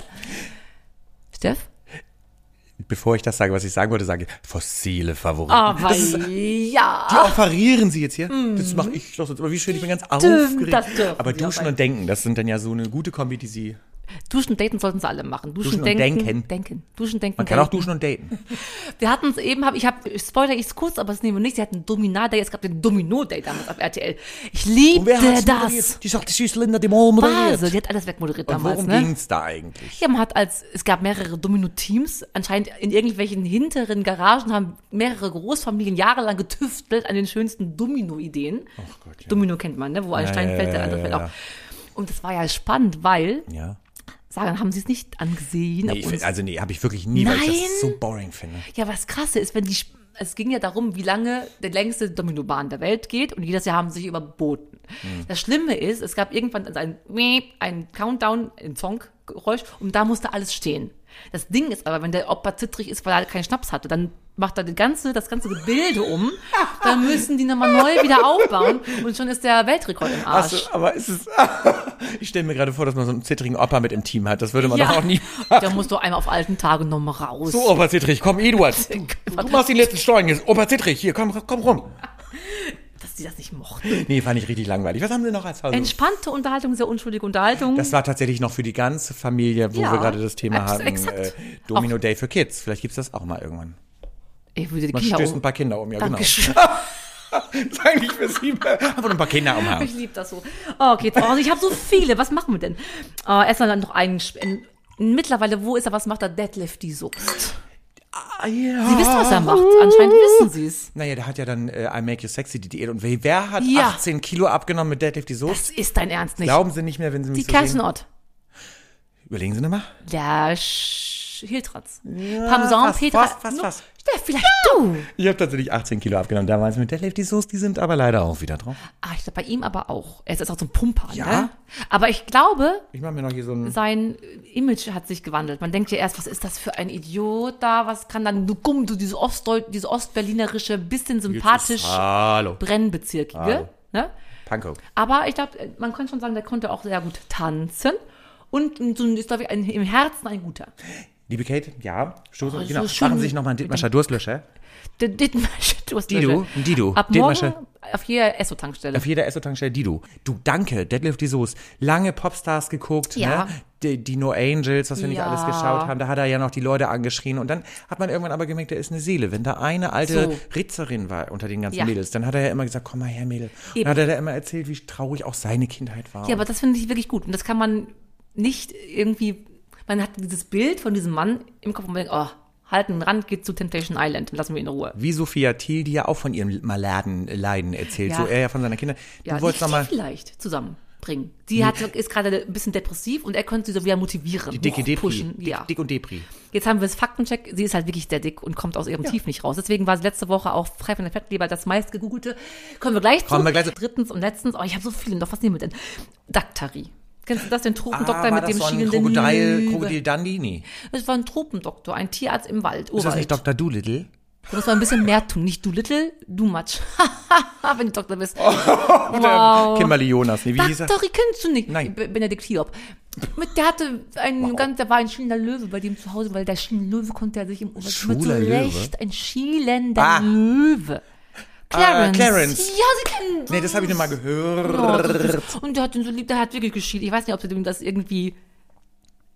Speaker 1: Steff?
Speaker 2: Bevor ich das sage, was ich sagen wollte, sage ich, fossile Favoriten.
Speaker 1: Aber
Speaker 2: Das ist
Speaker 1: Ah, ja.
Speaker 2: Die offerieren sie jetzt hier. Das mache ich doch jetzt. Aber wie schön, ich bin ganz aufgeregt.
Speaker 1: Hm. das dürfen
Speaker 2: Aber
Speaker 1: wir
Speaker 2: duschen
Speaker 1: aber.
Speaker 2: und denken, das sind dann ja so eine gute Kombi, die sie.
Speaker 1: Duschen und daten sollten sie alle machen.
Speaker 2: Duschen
Speaker 1: Duschen,
Speaker 2: und
Speaker 1: denken,
Speaker 2: denken.
Speaker 1: Duschen, denken.
Speaker 2: Man kann auch
Speaker 1: daten.
Speaker 2: duschen und daten.
Speaker 1: Wir hatten es eben, hab, ich habe, spoiler ich es kurz, aber es nehmen wir nicht. Sie hatten Dominar-Day, es gab den Domino-Day damals auf RTL. Ich liebte das.
Speaker 2: moderiert? Die sagt, die süße Linda, die Mom moderiert.
Speaker 1: Basel, die hat alles wegmoderiert
Speaker 2: Und
Speaker 1: damals,
Speaker 2: worum
Speaker 1: ne?
Speaker 2: ging's da eigentlich?
Speaker 1: Ja, man hat als, es gab mehrere Domino-Teams, anscheinend in irgendwelchen hinteren Garagen haben mehrere Großfamilien jahrelang getüftelt an den schönsten Domino-Ideen.
Speaker 2: Gott, ja.
Speaker 1: Domino kennt man, ne? Wo ein
Speaker 2: Ja,
Speaker 1: Stein
Speaker 2: ja,
Speaker 1: fällt,
Speaker 2: ja,
Speaker 1: der andere
Speaker 2: ja,
Speaker 1: fällt
Speaker 2: ja.
Speaker 1: auch. Und das war ja spannend, weil,
Speaker 2: Ja.
Speaker 1: sagen, haben sie es nicht angesehen.
Speaker 2: Nee,
Speaker 1: ob
Speaker 2: ich
Speaker 1: uns-
Speaker 2: find, also nee, habe ich wirklich nie, weil ich das
Speaker 1: Nein.
Speaker 2: so boring finde.
Speaker 1: ja, was krasse ist, wenn die, Sp- es ging ja darum, wie lange der längste Dominobahn der Welt geht und jedes Jahr haben sie sich überboten.
Speaker 2: Hm.
Speaker 1: Das Schlimme ist, es gab irgendwann ein, Miep, ein Countdown, ein Songgeräusch und da musste alles stehen. Das Ding ist aber, wenn der Opa zittrig ist, weil er keinen Schnaps hatte, dann macht er die ganze, das ganze Gebilde um,
Speaker 2: *laughs*
Speaker 1: dann müssen die nochmal neu wieder aufbauen und schon ist der Weltrekord im Arsch.
Speaker 2: Achso, aber es *laughs* ist. ich stelle mir gerade vor, dass man so einen zittrigen Opa mit im Team hat. Das würde man doch auch nie.
Speaker 1: da musst du einmal auf alten Tagen nochmal raus.
Speaker 2: So, Opa Zittrich, komm, Eduard. Du, du machst die letzten Steuern jetzt. Opa Zittrich, hier, komm, komm rum.
Speaker 1: Dass die das nicht mochten.
Speaker 2: Nee, fand ich richtig langweilig. Was haben sie noch als Hausaufgaben?
Speaker 1: Entspannte Unterhaltung, sehr unschuldige Unterhaltung.
Speaker 2: Das war tatsächlich noch für die ganze Familie, wo
Speaker 1: Ja,
Speaker 2: wir gerade das Thema
Speaker 1: abs-
Speaker 2: hatten.
Speaker 1: exakt.
Speaker 2: Äh, Domino Day für Kids. Vielleicht gibt's das auch mal irgendwann.
Speaker 1: ich würde die
Speaker 2: Man
Speaker 1: Kinder
Speaker 2: stößt
Speaker 1: um.
Speaker 2: ein paar Kinder um, ja *laughs*
Speaker 1: Dankeschön.
Speaker 2: genau. Ist Eigentlich für sie. Aber ein paar Kinder umhaben.
Speaker 1: Ich liebe das so. Oh, okay. Oh, ich habe so viele. Was machen wir denn? Oh, erstmal dann noch einen. Sp- in- Mittlerweile, wo ist er? Was macht er? Deadlift die Sucht.
Speaker 2: Ah, ja.
Speaker 1: Sie wissen, was er macht. Anscheinend wissen sie es.
Speaker 2: Naja, der hat ja dann äh, I Make You Sexy die Diät. Und wer, wer hat
Speaker 1: Ja.
Speaker 2: 18 Kilo abgenommen mit Deadlift die Soße?
Speaker 1: Das ist dein Ernst nicht.
Speaker 2: Glauben Sie nicht mehr, wenn Sie mich
Speaker 1: die
Speaker 2: so sehen.
Speaker 1: Kerstin Ott.
Speaker 2: Überlegen Sie nochmal.
Speaker 1: Der Sch Hiltratz. Ja,
Speaker 2: fast,
Speaker 1: Petra.
Speaker 2: fast, fast,
Speaker 1: Nu-
Speaker 2: fast.
Speaker 1: Steff, vielleicht du.
Speaker 2: Ich habe tatsächlich 18 Kilo abgenommen damals mit Deadlift die Soße. Die sind aber leider auch wieder drauf.
Speaker 1: Ah, ich glaube, bei ihm aber auch. Er ist jetzt auch so ein Pumper,
Speaker 2: Ja?
Speaker 1: ne? Aber ich glaube,
Speaker 2: Ich mache mir noch hier so ein...
Speaker 1: sein Image hat sich gewandelt. Man denkt ja erst, was ist das für ein Idiot da? Was kann dann, du gumm, du diese, Ostdeut diese ostberlinerische, bisschen sympathisch
Speaker 2: Hallo. Ah.
Speaker 1: Brennbezirkige. Ne?
Speaker 2: Pankow.
Speaker 1: Aber ich glaube, man kann schon sagen, der konnte auch sehr gut tanzen. Und so ein- ist, glaube ich, ein, im Herzen ein guter.
Speaker 2: Liebe Kate, ja, stoßen,
Speaker 1: Oh, so
Speaker 2: genau.
Speaker 1: schön.
Speaker 2: Machen Sie sich nochmal einen Dittmascher Durstlöscher.
Speaker 1: Der Dittmascher, du hast
Speaker 2: Dido,
Speaker 1: Leute.
Speaker 2: ein Dido.
Speaker 1: Ab morgen,
Speaker 2: Dittmascher.
Speaker 1: auf jeder Esso-Tankstelle.
Speaker 2: Auf jeder Esso-Tankstelle, die du. Du, danke, Deadlift die Soße. Lange Popstars geguckt,
Speaker 1: Ja.
Speaker 2: ne? Die, die No Angels, was wir nicht
Speaker 1: Ja.
Speaker 2: alles geschaut haben. Da hat er ja noch die Leute angeschrien. Und dann hat man irgendwann aber gemerkt, der ist eine Seele. Wenn da eine alte
Speaker 1: So.
Speaker 2: Ritzerin war unter den ganzen
Speaker 1: Ja.
Speaker 2: Mädels, dann hat er ja immer gesagt, komm mal her, Mädel. Und
Speaker 1: Eben.
Speaker 2: dann hat er da immer erzählt, wie traurig auch seine Kindheit war.
Speaker 1: Ja, aber das finde ich wirklich gut. Und das kann man nicht irgendwie. Man hat dieses Bild von diesem Mann im Kopf und man denkt, oh, halt einen Rand, geht zu Temptation Island und lassen wir ihn in Ruhe.
Speaker 2: wie Sophia Thiel, die ja auch von ihrem Maladen äh, Leiden erzählt.
Speaker 1: Ja.
Speaker 2: So er ja von seiner Kinder. Du
Speaker 1: Ja,
Speaker 2: wolltest
Speaker 1: die
Speaker 2: nochmal.
Speaker 1: vielleicht zusammenbringen. Sie hat, ist gerade ein bisschen depressiv und er könnte sie so wieder motivieren.
Speaker 2: Die dicke Depri.
Speaker 1: pushen.
Speaker 2: Dick,
Speaker 1: Ja.
Speaker 2: dick und Depri.
Speaker 1: Jetzt haben wir das Faktencheck. Sie ist halt wirklich sehr dick und kommt aus ihrem Tief nicht raus. Deswegen war sie letzte Woche auch frei von der Fettleber das meist gegoogelte. Kommen wir gleich zu.
Speaker 2: Kommen wir gleich zu-
Speaker 1: Drittens und letztens. Oh, ich habe so viele noch. Was nehmen wir denn? Daktari. Kennst du das, den Tropendoktor
Speaker 2: Ah, war
Speaker 1: mit
Speaker 2: das
Speaker 1: dem
Speaker 2: so ein
Speaker 1: schielenden
Speaker 2: Krokodil,
Speaker 1: Löwe?
Speaker 2: Krokodil Dandini.
Speaker 1: Es war ein Tropendoktor, ein Tierarzt im Wald.
Speaker 2: Ist das nicht
Speaker 1: Urwald.
Speaker 2: Dr. Doolittle?
Speaker 1: Da muss man ein bisschen mehr tun. Nicht du little, du much. *laughs* Wenn du
Speaker 2: *laughs*
Speaker 1: Doktor bist.
Speaker 2: Oh,
Speaker 1: wow.
Speaker 2: Kimberly Jonas. Nee, wie hieß er?
Speaker 1: Doktori kennst du nicht.
Speaker 2: Nein.
Speaker 1: B- Benedikt Hiob. Mit, der hatte einen ganz, da war ein schielender Löwe bei dem zu Hause, weil der schielende Löwe konnte er sich im Urwald
Speaker 2: Schwuler
Speaker 1: mit so
Speaker 2: Löwe?
Speaker 1: recht ein schielender
Speaker 2: Ah.
Speaker 1: Löwe. Clarence.
Speaker 2: Clarence.
Speaker 1: Ja, sie kennen
Speaker 2: Nee, das habe ich nicht mal
Speaker 1: Oh,
Speaker 2: gehört.
Speaker 1: so süß. Und der hat ihn so lieb, der hat wirklich geschielt. Ich weiß nicht, ob sie dem das irgendwie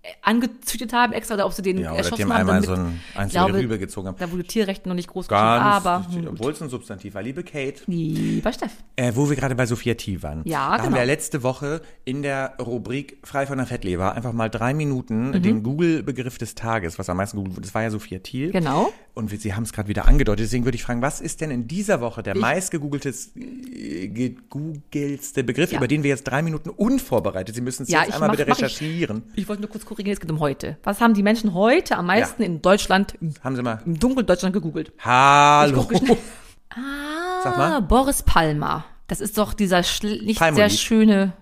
Speaker 1: äh, angezüchtet haben extra oder ob sie den
Speaker 2: Ja, oder
Speaker 1: erschossen
Speaker 2: dem
Speaker 1: haben.
Speaker 2: einmal
Speaker 1: damit-
Speaker 2: so ein
Speaker 1: Ich
Speaker 2: einzelne
Speaker 1: glaube,
Speaker 2: Rübe gezogen haben.
Speaker 1: Da wurde Tierrecht noch nicht groß geschrieben,
Speaker 2: Ganz,
Speaker 1: aber hm.
Speaker 2: obwohl es ein Substantiv war. Liebe Kate,
Speaker 1: lieber Steff.
Speaker 2: äh, wo wir gerade bei Sophia Thiel waren.
Speaker 1: Ja,
Speaker 2: da haben
Speaker 1: genau.
Speaker 2: wir letzte Woche in der Rubrik Frei von der Fettleber einfach mal drei Minuten
Speaker 1: Mhm.
Speaker 2: den Google-Begriff des Tages, was am meisten googelt wurde, das war ja Sophia Thiel.
Speaker 1: Genau.
Speaker 2: Und wir, Sie haben es gerade wieder angedeutet, deswegen würde ich fragen, was ist denn in dieser Woche der meistgegoogeltes, äh, gegoogelste Begriff,
Speaker 1: Ja.
Speaker 2: über den wir jetzt drei Minuten unvorbereitet, Sie müssen es
Speaker 1: Ja,
Speaker 2: jetzt
Speaker 1: ich
Speaker 2: einmal
Speaker 1: mach-
Speaker 2: bitte
Speaker 1: mach ich.
Speaker 2: recherchieren.
Speaker 1: Ich wollte nur kurz korrigieren, es geht um heute. Was haben die Menschen heute am meisten
Speaker 2: Ja.
Speaker 1: in Deutschland,
Speaker 2: Haben Sie mal.
Speaker 1: im dunklen Deutschland gegoogelt?
Speaker 2: Hallo.
Speaker 1: gucke schnell.
Speaker 2: *laughs* Sag mal.
Speaker 1: Ah, Boris Palmer. Das ist doch dieser schl- nicht
Speaker 2: Palmolive.
Speaker 1: sehr schöne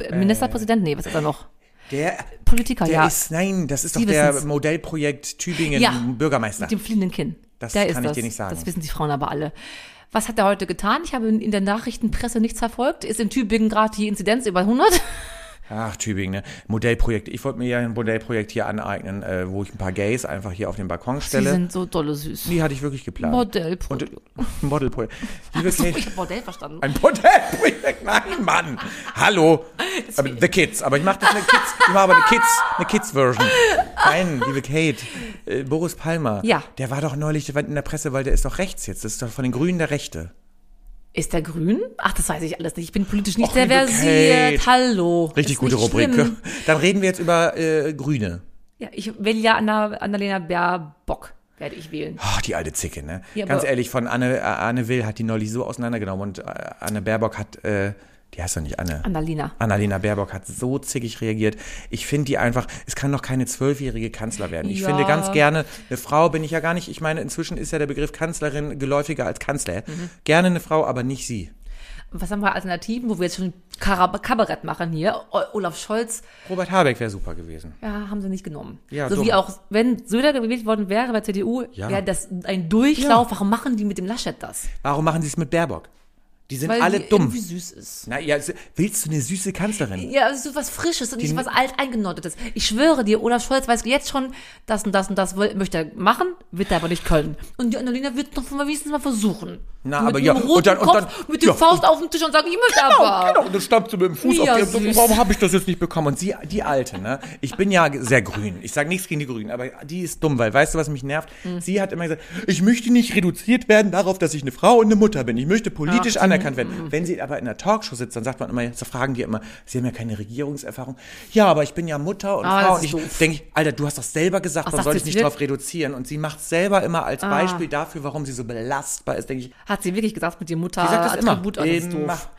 Speaker 1: äh, Ministerpräsident. Nee, was ist er noch?
Speaker 2: Der,
Speaker 1: Politiker,
Speaker 2: der
Speaker 1: Ah, ja.
Speaker 2: ist, nein, das ist
Speaker 1: Sie
Speaker 2: doch der
Speaker 1: wissen's.
Speaker 2: Modellprojekt Tübingen
Speaker 1: Ja.
Speaker 2: Bürgermeister.
Speaker 1: Mit dem fliehenden Kinn.
Speaker 2: Das
Speaker 1: der
Speaker 2: kann
Speaker 1: ist
Speaker 2: ich
Speaker 1: das.
Speaker 2: dir nicht sagen.
Speaker 1: Das wissen die Frauen aber alle. Was hat er heute getan? Ich habe in in der Nachrichtenpresse nichts verfolgt. Ist in Tübingen gerade die Inzidenz über 100?
Speaker 2: Ach, Tübingen, ne? Modellprojekt. Ich wollte mir ja ein Modellprojekt hier aneignen, äh, wo ich ein paar Gays einfach hier auf den Balkon
Speaker 1: Die
Speaker 2: stelle.
Speaker 1: sind so dolle süß.
Speaker 2: Die hatte ich wirklich geplant.
Speaker 1: Modellprojekt.
Speaker 2: Und- äh, Modelprojekt.
Speaker 1: *laughs*
Speaker 2: Liebe
Speaker 1: So,
Speaker 2: Kate,
Speaker 1: ich habe Bordell verstanden.
Speaker 2: ein *laughs* Modellprojekt? Nein, Mann. Hallo. Aber the Kids. Aber ich mache das eine Kids. Ich mache aber eine Kids, eine Kids-Version. Nein, liebe Kate. Äh, Boris Palmer.
Speaker 1: Ja.
Speaker 2: Der war doch neulich in der Presse, weil der ist doch rechts jetzt. Das ist doch von den Grünen der Rechte.
Speaker 1: Ist der grün? Ach, das weiß ich alles nicht. Ich bin politisch nicht
Speaker 2: Och,
Speaker 1: sehr
Speaker 2: liebe
Speaker 1: versiert.
Speaker 2: Kate.
Speaker 1: Hallo.
Speaker 2: Richtig
Speaker 1: Ist
Speaker 2: gute
Speaker 1: nicht
Speaker 2: Rubrik.
Speaker 1: schlimm.
Speaker 2: *laughs* Dann reden wir jetzt über äh, Grüne.
Speaker 1: Ja, ich will ja Anna, Annalena Baerbock, werde ich wählen.
Speaker 2: Ach, die alte Zicke, ne?
Speaker 1: Ja,
Speaker 2: Ganz
Speaker 1: aber-
Speaker 2: ehrlich, von Anne, äh, Anne Will hat die neulich so auseinandergenommen und äh, Anne Baerbock hat, äh, die heißt doch nicht Anne.
Speaker 1: Annalena.
Speaker 2: Annalena Baerbock hat so zickig reagiert. Ich finde die einfach, es kann noch keine zwölfjährige Kanzler werden. Ich
Speaker 1: Ja.
Speaker 2: finde ganz gerne, eine Frau bin ich ja gar nicht. Ich meine, inzwischen ist ja der Begriff Kanzlerin geläufiger als Kanzler.
Speaker 1: Mhm.
Speaker 2: Gerne eine Frau, aber nicht sie.
Speaker 1: Was haben wir Alternativen, wo wir jetzt schon Karab Kabarett machen hier? O Olaf Scholz,
Speaker 2: Robert Habeck wäre super gewesen.
Speaker 1: ja, haben sie nicht genommen.
Speaker 2: Ja,
Speaker 1: so
Speaker 2: dumm.
Speaker 1: wie auch, wenn Söder gewählt worden wäre bei CDU,
Speaker 2: Ja.
Speaker 1: wäre das ein Durchlauf. Warum machen die mit dem Laschet das?
Speaker 2: Warum machen sie es mit Baerbock? Die sind
Speaker 1: Weil
Speaker 2: alle
Speaker 1: die
Speaker 2: dumm.
Speaker 1: irgendwie süß ist.
Speaker 2: Na ja, s- willst du eine süße Kanzlerin?
Speaker 1: Ja, es ist so was Frisches und nicht
Speaker 2: ne
Speaker 1: was Alteingenottetes. Ich schwöre dir, Olaf Scholz weiß jetzt schon, das und das und das will- möchte er machen, wird er aber nicht können. Und die Annalena wird noch mal wenigstens mal versuchen.
Speaker 2: Na,
Speaker 1: mit
Speaker 2: aber ja,
Speaker 1: einem
Speaker 2: und
Speaker 1: roten
Speaker 2: dann- und
Speaker 1: Kopf,
Speaker 2: dann-
Speaker 1: mit der
Speaker 2: ja,
Speaker 1: Faust auf den Tisch und sagen,
Speaker 2: *laughs*
Speaker 1: ich möchte aber.
Speaker 2: Genau, und dann stampft sie mit dem Fuß
Speaker 1: Ja,
Speaker 2: auf die
Speaker 1: süß.
Speaker 2: Warum habe ich das jetzt nicht bekommen? Und sie, die Alte, ne? Ich bin ja sehr grün. Ich sage nichts gegen die Grünen, aber die ist dumm, weil weißt du, was mich nervt?
Speaker 1: Hm.
Speaker 2: Sie hat immer gesagt, ich möchte nicht reduziert werden darauf, dass ich eine Frau und eine Mutter bin. Ich möchte politisch anerkannt
Speaker 1: hm.
Speaker 2: werden. Wenn sie aber in einer Talkshow sitzt, dann sagt man immer, so fragen die immer, sie haben ja keine Regierungserfahrung. Ja, aber ich bin ja Mutter und
Speaker 1: Ah,
Speaker 2: Frau.
Speaker 1: das
Speaker 2: Und
Speaker 1: ist
Speaker 2: ich
Speaker 1: doof.
Speaker 2: denke, Alter, du hast doch selber gesagt, man
Speaker 1: sagt
Speaker 2: soll
Speaker 1: sie Ah.
Speaker 2: dich
Speaker 1: jetzt
Speaker 2: nicht
Speaker 1: wirklich?
Speaker 2: drauf reduzieren. Und sie macht selber immer als Beispiel dafür, warum sie so belastbar ist, denke ich.
Speaker 1: Hat sie wirklich gesagt, mit dem
Speaker 2: Die sagt
Speaker 1: Mutter
Speaker 2: das immer.
Speaker 1: Attribut an ist
Speaker 2: Immer.
Speaker 1: doof.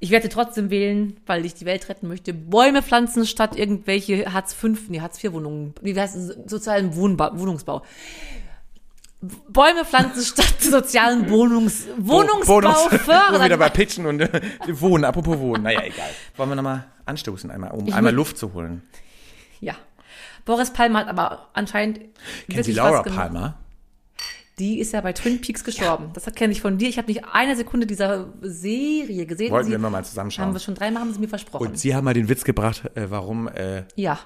Speaker 1: Ich werde sie trotzdem wählen, weil ich die Welt retten möchte. Bäume pflanzen statt irgendwelche Hartz V, nee, Hartz IV Wohnungen, wie heißt es, sozialen Wohnba Wohnungsbau.
Speaker 2: *laughs*
Speaker 1: Bäume pflanzen statt sozialen Wohnungs Wohnungsbau
Speaker 2: Oh, *laughs* Wo wir wieder
Speaker 1: fördern.
Speaker 2: bei Pitchen und äh, Wohnen, apropos Wohnen. Naja, egal. Wollen wir nochmal anstoßen, einmal, um einmal
Speaker 1: will-
Speaker 2: Luft zu holen.
Speaker 1: Ja. Boris Palmer hat aber anscheinend
Speaker 2: Kennen Sie
Speaker 1: wirklich
Speaker 2: Laura
Speaker 1: was gemacht.
Speaker 2: Palmer?
Speaker 1: Die ist ja bei Twin Peaks gestorben. Das kenne ich von dir. Ich habe nicht eine Sekunde dieser Serie gesehen.
Speaker 2: Wollten
Speaker 1: Sie-
Speaker 2: wir immer mal zusammenschauen.
Speaker 1: Haben wir schon dreimal, haben sie mir versprochen.
Speaker 2: Und Sie haben mal den Witz gebracht, äh, warum äh,
Speaker 1: ja,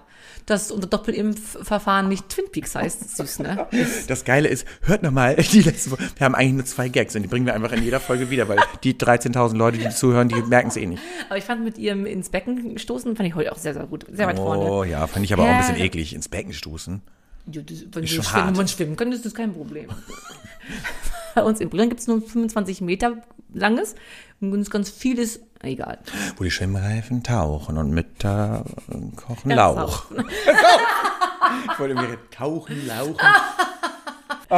Speaker 1: dass unser Doppelimpfverfahren nicht Twin Peaks heißt.
Speaker 2: *laughs*
Speaker 1: Süß, ne?
Speaker 2: das Geile ist. Hört nochmal die letzte Folge. Wir haben eigentlich nur zwei Gags und die bringen wir einfach in jeder Folge wieder, weil die 13.000 Leute, die zuhören, die merken es eh nicht.
Speaker 1: Aber ich fand mit ihrem ins Becken stoßen, fand ich heute auch sehr, sehr gut. Sehr weit vorne.
Speaker 2: Oh ja, fand ich aber auch ein bisschen
Speaker 1: Ja.
Speaker 2: eklig. Ins Becken stoßen.
Speaker 1: Ja, das, wenn
Speaker 2: Ist
Speaker 1: wir
Speaker 2: schon
Speaker 1: schwimmen,
Speaker 2: hart.
Speaker 1: man schwimmen können, ist das kein Problem. *laughs* Bei uns in Brillen gibt es nur 25 Meter langes und ganz, ganz vieles, egal.
Speaker 2: Wo die Schwimmreifen tauchen und mit äh, kochen Lauch.
Speaker 1: Ernsthaft.
Speaker 2: *laughs* Ich wollte mir tauchen, lauchen.
Speaker 1: *laughs*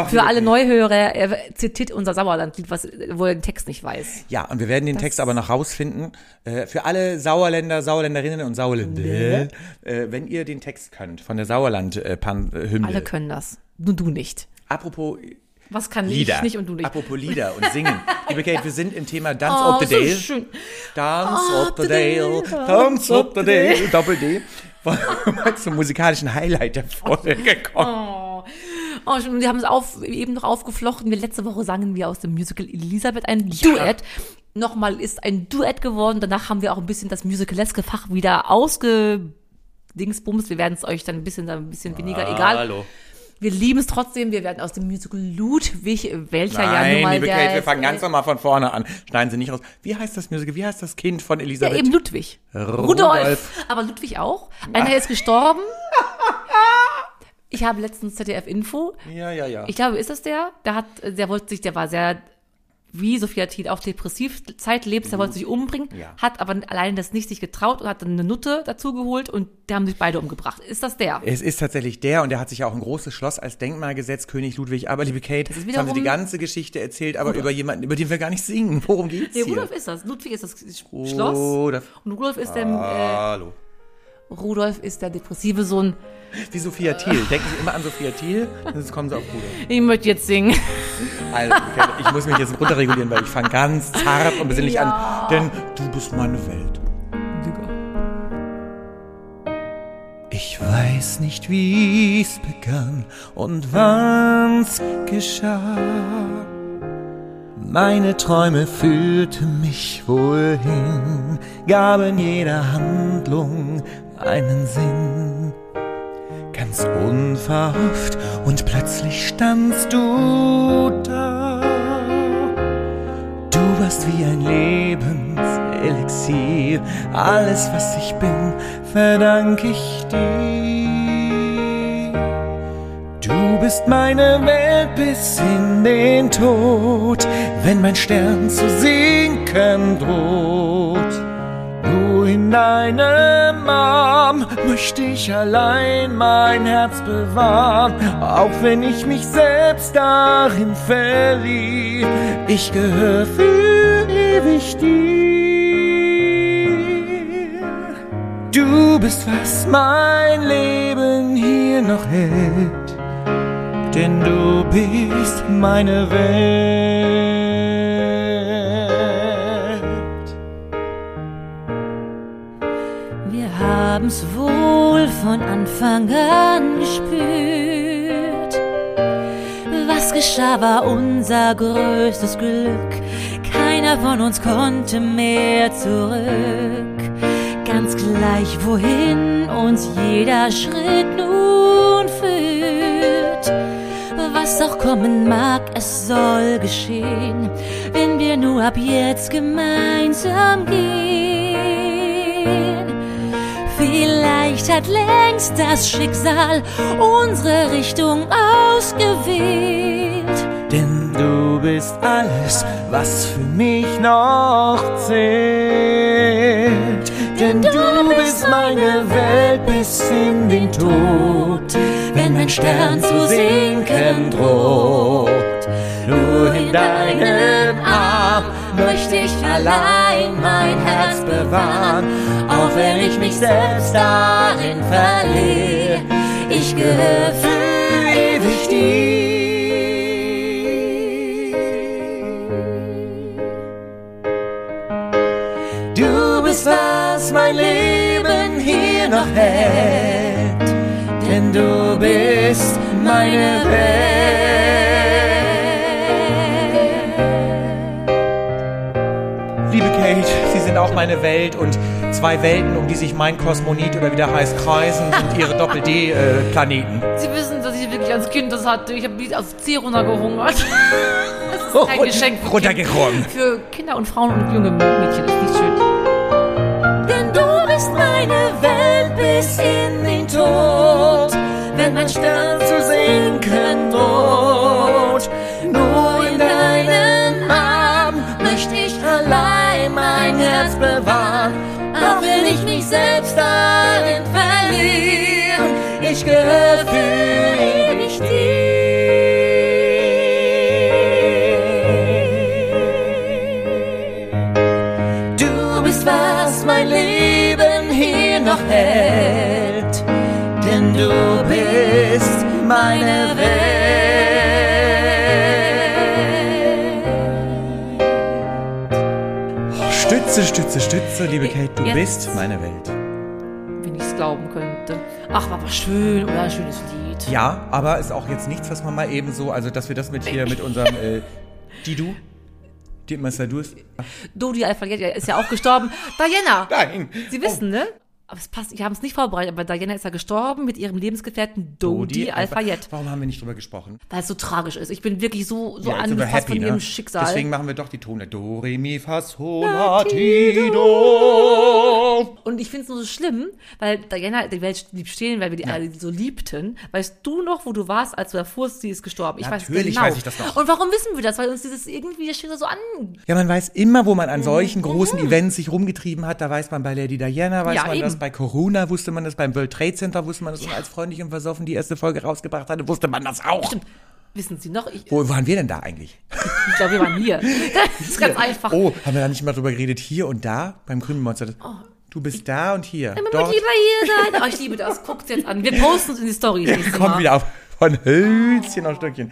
Speaker 1: Für alle Neuhörer, er zitiert unser Sauerlandlied, was, wo er den Text nicht weiß.
Speaker 2: Ja, und wir werden den Text aber noch rausfinden. Äh, für alle Sauerländer, Sauerländerinnen und
Speaker 1: Ne?
Speaker 2: Sauerländer, äh, wenn ihr den Text könnt von der Sauerland-Hymne.
Speaker 1: Alle können das. Nur du nicht.
Speaker 2: Apropos
Speaker 1: Was kann
Speaker 2: Lieder.
Speaker 1: ich nicht und du nicht?
Speaker 2: Apropos Lieder und
Speaker 1: *laughs*
Speaker 2: Singen. Liebe Kate, wir sind im Thema Dance
Speaker 1: Oh,
Speaker 2: of the
Speaker 1: so
Speaker 2: Dale.
Speaker 1: schön. Ah,
Speaker 2: Dance of the
Speaker 1: the Dale,
Speaker 2: Dale. Dance of the Dale. Doppel D. War zum musikalischen Highlight der
Speaker 1: *laughs*
Speaker 2: Folge gekommen.
Speaker 1: Oh, schon, wir haben es auf, eben noch aufgeflochten. Wir letzte Woche sangen wir aus dem Musical Elisabeth ein Duett. Nochmal ist ein Duett geworden. Danach haben wir auch ein bisschen das musicaleske Fach wieder ausgedingsbumst. Wir werden es euch dann ein bisschen, dann ein bisschen weniger egal.
Speaker 2: Ah, Hallo.
Speaker 1: Wir lieben es trotzdem. Wir werden aus dem Musical Ludwig, welcher ja nun
Speaker 2: Nein,
Speaker 1: mal
Speaker 2: liebe
Speaker 1: der, äh,
Speaker 2: Kate, wir fangen ganz normal von vorne an. Schneiden Sie nicht raus. Wie heißt das Musical? Wie heißt das Kind von
Speaker 1: ja,
Speaker 2: Elisabeth?
Speaker 1: eben Ludwig.
Speaker 2: Rudolf.
Speaker 1: Rudolf. Aber Ludwig auch. Einer ist gestorben. Ich habe letztens ZDF Info.
Speaker 2: Ja, ja, ja.
Speaker 1: Ich glaube, ist das der? Der hat, der wollte sich, der war sehr, wie Sophia Thiel, auch depressiv zeitlebens, der wollte sich umbringen,
Speaker 2: Mhm. Ja.
Speaker 1: hat aber alleine das nicht sich getraut und hat dann eine Nutte dazu geholt und die haben sich beide umgebracht. Ist das der?
Speaker 2: es ist tatsächlich der und der hat sich ja auch ein großes Schloss als Denkmal gesetzt, König Ludwig. Aber liebe Kate, jetzt haben
Speaker 1: wiederum-
Speaker 2: Sie die ganze Geschichte erzählt, aber über jemanden, über den wir gar nicht singen. Worum geht's
Speaker 1: Nee,
Speaker 2: hier? Oh.
Speaker 1: Rudolf ist das. Ludwig ist das Sch- Schloss. Äh.
Speaker 2: Rudolf.
Speaker 1: Und Rudolf ist der,
Speaker 2: Hallo.
Speaker 1: äh, Rudolf ist der depressive Sohn.
Speaker 2: Wie
Speaker 1: Äh.
Speaker 2: Sophia Thiel. Denken Sie immer an Sophia Thiel, jetzt kommen Sie auf Rudolf.
Speaker 1: Ich möchte jetzt singen.
Speaker 2: Also, liebe Kate, ich muss mich jetzt runterregulieren, weil ich fange ganz zart und besinnlich an. Denn du bist meine Welt. Ich weiß nicht, wie's begann und wann's geschah. Meine Träume führten mich wohl hin, gaben jeder Handlung einen Sinn. Ganz unverhofft und plötzlich standst du da. Du warst wie ein Lebenselixier. Alles, was ich bin, verdank ich dir. Du bist meine Welt bis in den Tod, wenn mein Stern zu sinken droht. Nur in deinem Arm möchte ich allein mein Herz bewahren, auch wenn ich mich selbst darin verlieb. Ich gehöre für ewig dir. Du bist, was mein Leben hier noch hält, denn du bist meine Welt.
Speaker 1: Wir haben's wohl von Anfang an gespürt. Was geschah, war unser größtes Glück. Keiner von uns konnte mehr zurück. Ganz gleich, wohin uns jeder Schritt nun führt. Was auch kommen mag, es soll geschehen, wenn wir nur ab jetzt gemeinsam gehen. Vielleicht hat längst das Schicksal unsere Richtung ausgewählt.
Speaker 2: Denn du bist alles, was für mich noch zählt. Denn du bist meine Welt bis in den Tod, wenn mein Stern zu sinken droht. Nur in deinen Arm möchte ich allein mein Herz bewahren, auch wenn ich mich selbst darin verliere. Ich gehöre für ewig dir. Du bist, was mein Leben hier noch hält, denn du bist meine Welt. Welt, Sie sind auch meine Welt und zwei Welten, um die sich mein Kosmonit oder wie der heißt kreisen, sind Ihre äh, Doppel-D-Planeten.
Speaker 1: Sie wissen, dass ich wirklich als Kind das hatte. Ich habe mich aufs C *laughs* runtergehungert. Das ist kein Geschenk für, kind,
Speaker 2: Runtergekommen.
Speaker 1: für Kinder und Frauen und junge Mädchen. Das ist nicht schön.
Speaker 4: Denn du bist meine Welt bis in den Tod. Wenn mein Stern zu sinken droht, nur in deinen Arm möchte ich allein mein Herz bewahren. Auch wenn ich mich selbst darin verliere, ich gehöre für ewig dir. Du bist was mein Leben hier noch hält, denn du bist meine Welt.
Speaker 2: Stütze, Stütze, Stütze, liebe Kate, du
Speaker 1: Jetzt.
Speaker 2: bist meine Welt.
Speaker 1: wenn ich es glauben könnte. Ach, war aber schön, oder? Ein schönes Lied.
Speaker 2: Ja, aber ist auch jetzt nichts, was man mal eben so, also dass wir das mit hier, mit unserem äh, Didu, Dietmeister Durst.
Speaker 1: Dodi Alfagetta ist ja auch gestorben. Diana!
Speaker 2: Nein.
Speaker 1: Sie wissen, ne? Aber es passt, wir haben es nicht vorbereitet, aber Diana ist ja gestorben mit ihrem Lebensgefährten Dodi Alfayette.
Speaker 2: Oh, Warum haben wir nicht drüber gesprochen?
Speaker 1: Weil es so tragisch ist. Ich bin wirklich so, so
Speaker 2: Ja, jetzt sind wir ne?
Speaker 1: angefasst von ihrem Schicksal.
Speaker 2: Deswegen machen wir doch die Tone. Do, re, mi, fa, sol, la, ti, do.
Speaker 1: Und ich finde es nur so schlimm, weil Diana die Welt blieb stehen, weil wir die alle so liebten. Weißt du noch, wo du warst, als du erfuhrst, sie ist gestorben? Ich weiß
Speaker 2: Natürlich
Speaker 1: genau.
Speaker 2: weiß ich das noch.
Speaker 1: Und warum wissen wir das? Weil uns dieses irgendwie das steht so an.
Speaker 2: Ja, man weiß immer, wo man an solchen großen Events sich rumgetrieben hat. Da weiß man bei Lady Diana, weiß
Speaker 1: Mhm. Ja,
Speaker 2: man
Speaker 1: eben.
Speaker 2: das, bei Corona wusste man das, beim World Trade Center wusste man das. Und als Freundlich und Versoffen die erste Folge rausgebracht hatte, wusste man das auch.
Speaker 1: Wissen Sie noch? Ich,
Speaker 2: Wo waren wir denn da eigentlich?
Speaker 1: ich glaube, wir waren
Speaker 2: *laughs*
Speaker 1: hier. Das ist ganz einfach.
Speaker 2: Oh, haben wir da nicht mal drüber geredet? Hier und da? Beim grünen Monster. Das- Du bist da und hier.
Speaker 1: Oh. Immer
Speaker 2: Dort.
Speaker 1: mit lieber hier sein. Oh, ich liebe das. Guckt's jetzt an. Wir posten es in die Story. nächstes
Speaker 2: *laughs* Kommt
Speaker 1: Mal.
Speaker 2: wieder auf. Von Hölzchen auf Stöckchen.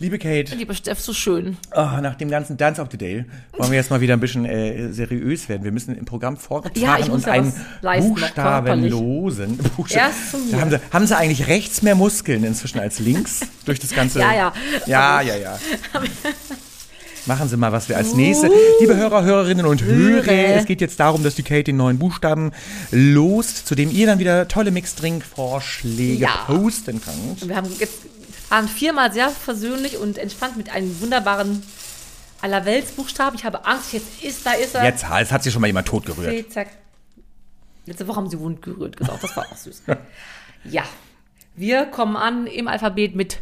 Speaker 2: Liebe Kate,
Speaker 1: Lieber Steff, so schön.
Speaker 2: Ah, nach dem ganzen Dance of the Day wollen wir jetzt mal wieder ein bisschen äh, seriös werden. Wir müssen im Programm vorgefahren
Speaker 1: Ja, ich muss
Speaker 2: und
Speaker 1: ja
Speaker 2: einen
Speaker 1: was leisten, noch
Speaker 2: buchstabenlosen. Buchstaben.
Speaker 1: Erst zu mir.
Speaker 2: Da haben, sie, haben sie eigentlich rechts mehr Muskeln inzwischen als links durch das ganze.
Speaker 1: Ja, ja.
Speaker 2: Ja, ja,
Speaker 1: *laughs*
Speaker 2: ja. Machen Sie mal, was wir als nächstes. Liebe Hörer, Hörerinnen und Hörer,
Speaker 1: Uh. Höre.
Speaker 2: es geht jetzt darum, dass die Kate den neuen Buchstaben lost, zu dem ihr dann wieder tolle Mixdrink-Vorschläge
Speaker 1: Ja.
Speaker 2: posten könnt.
Speaker 1: Und wir haben jetzt waren viermal sehr versöhnlich und entspannt mit einem wunderbaren Allerweltsbuchstaben. Ich habe Angst. Jetzt ist da, ist er.
Speaker 2: Jetzt, jetzt hat sich schon mal jemand tot gerührt.
Speaker 1: Okay, zack. Letzte Woche haben sie wund gerührt gesagt. Das war auch süß. ja. Wir kommen an im Alphabet mit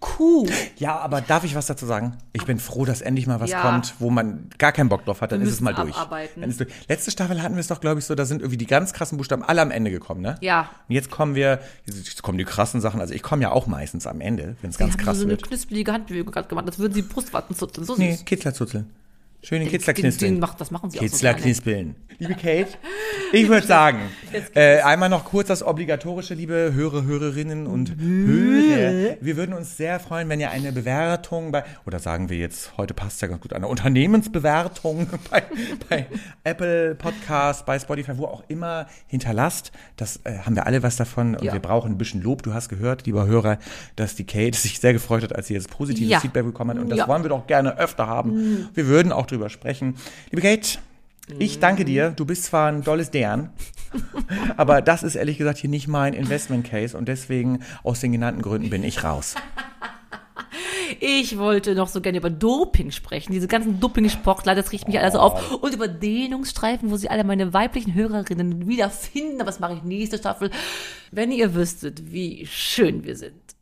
Speaker 1: Q.
Speaker 2: Ja, aber darf ich was dazu sagen? Ich bin froh, dass endlich mal was
Speaker 1: Ja.
Speaker 2: kommt, wo man gar keinen Bock drauf hat. Dann ist es
Speaker 1: müssen
Speaker 2: mal durch.
Speaker 1: abarbeiten.
Speaker 2: Dann ist durch. Letzte Staffel hatten wir es doch, glaube ich, so, da sind irgendwie die ganz krassen Buchstaben alle am Ende gekommen, ne?
Speaker 1: Ja.
Speaker 2: Und jetzt kommen wir, jetzt kommen die krassen Sachen. Also ich komme ja auch meistens am Ende, wenn es
Speaker 1: Sie
Speaker 2: ganz
Speaker 1: haben
Speaker 2: krass
Speaker 1: so eine
Speaker 2: wird.
Speaker 1: knusprige Handbewegung gerade gemacht. Das würden sie Brustwarten zutzeln. So süß.
Speaker 2: Nee, Kitzlerzuzeln. Schöne
Speaker 1: Den, den
Speaker 2: Kitzlerknispeln.
Speaker 1: macht, das machen sie auch so gerne.
Speaker 2: Kitzlerknispeln.
Speaker 1: *laughs*
Speaker 2: Liebe Kate, ich würde sagen, äh, einmal noch kurz das obligatorische, liebe Hörer, Hörerinnen und Hörer. Wir würden uns sehr freuen, wenn ihr eine Bewertung bei, oder sagen wir jetzt, heute passt ja ganz gut, eine Unternehmensbewertung *laughs* bei, bei Apple Podcast, bei Spotify, wo auch immer hinterlasst. Das äh, haben wir alle was davon und
Speaker 1: Ja.
Speaker 2: wir brauchen ein bisschen Lob. Du hast gehört, lieber Hörer, dass die Kate sich sehr gefreut hat, als sie jetzt positives
Speaker 1: Ja.
Speaker 2: Feedback bekommen hat und das
Speaker 1: Ja.
Speaker 2: wollen wir doch gerne öfter haben. Wir würden auch drüber sprechen. Liebe Kate, ich danke dir. Du bist zwar ein dolles Dern, aber das ist ehrlich gesagt hier nicht mein Investment Case und deswegen aus den genannten Gründen bin ich raus.
Speaker 1: Ich wollte noch so gerne über Doping sprechen. Diese ganzen Doping-Sportler, das riecht mich alles auf. Und über Dehnungsstreifen, wo sie alle meine weiblichen Hörerinnen wiederfinden. Aber das mache ich nächste Staffel. Wenn ihr wüsstet, wie schön wir sind.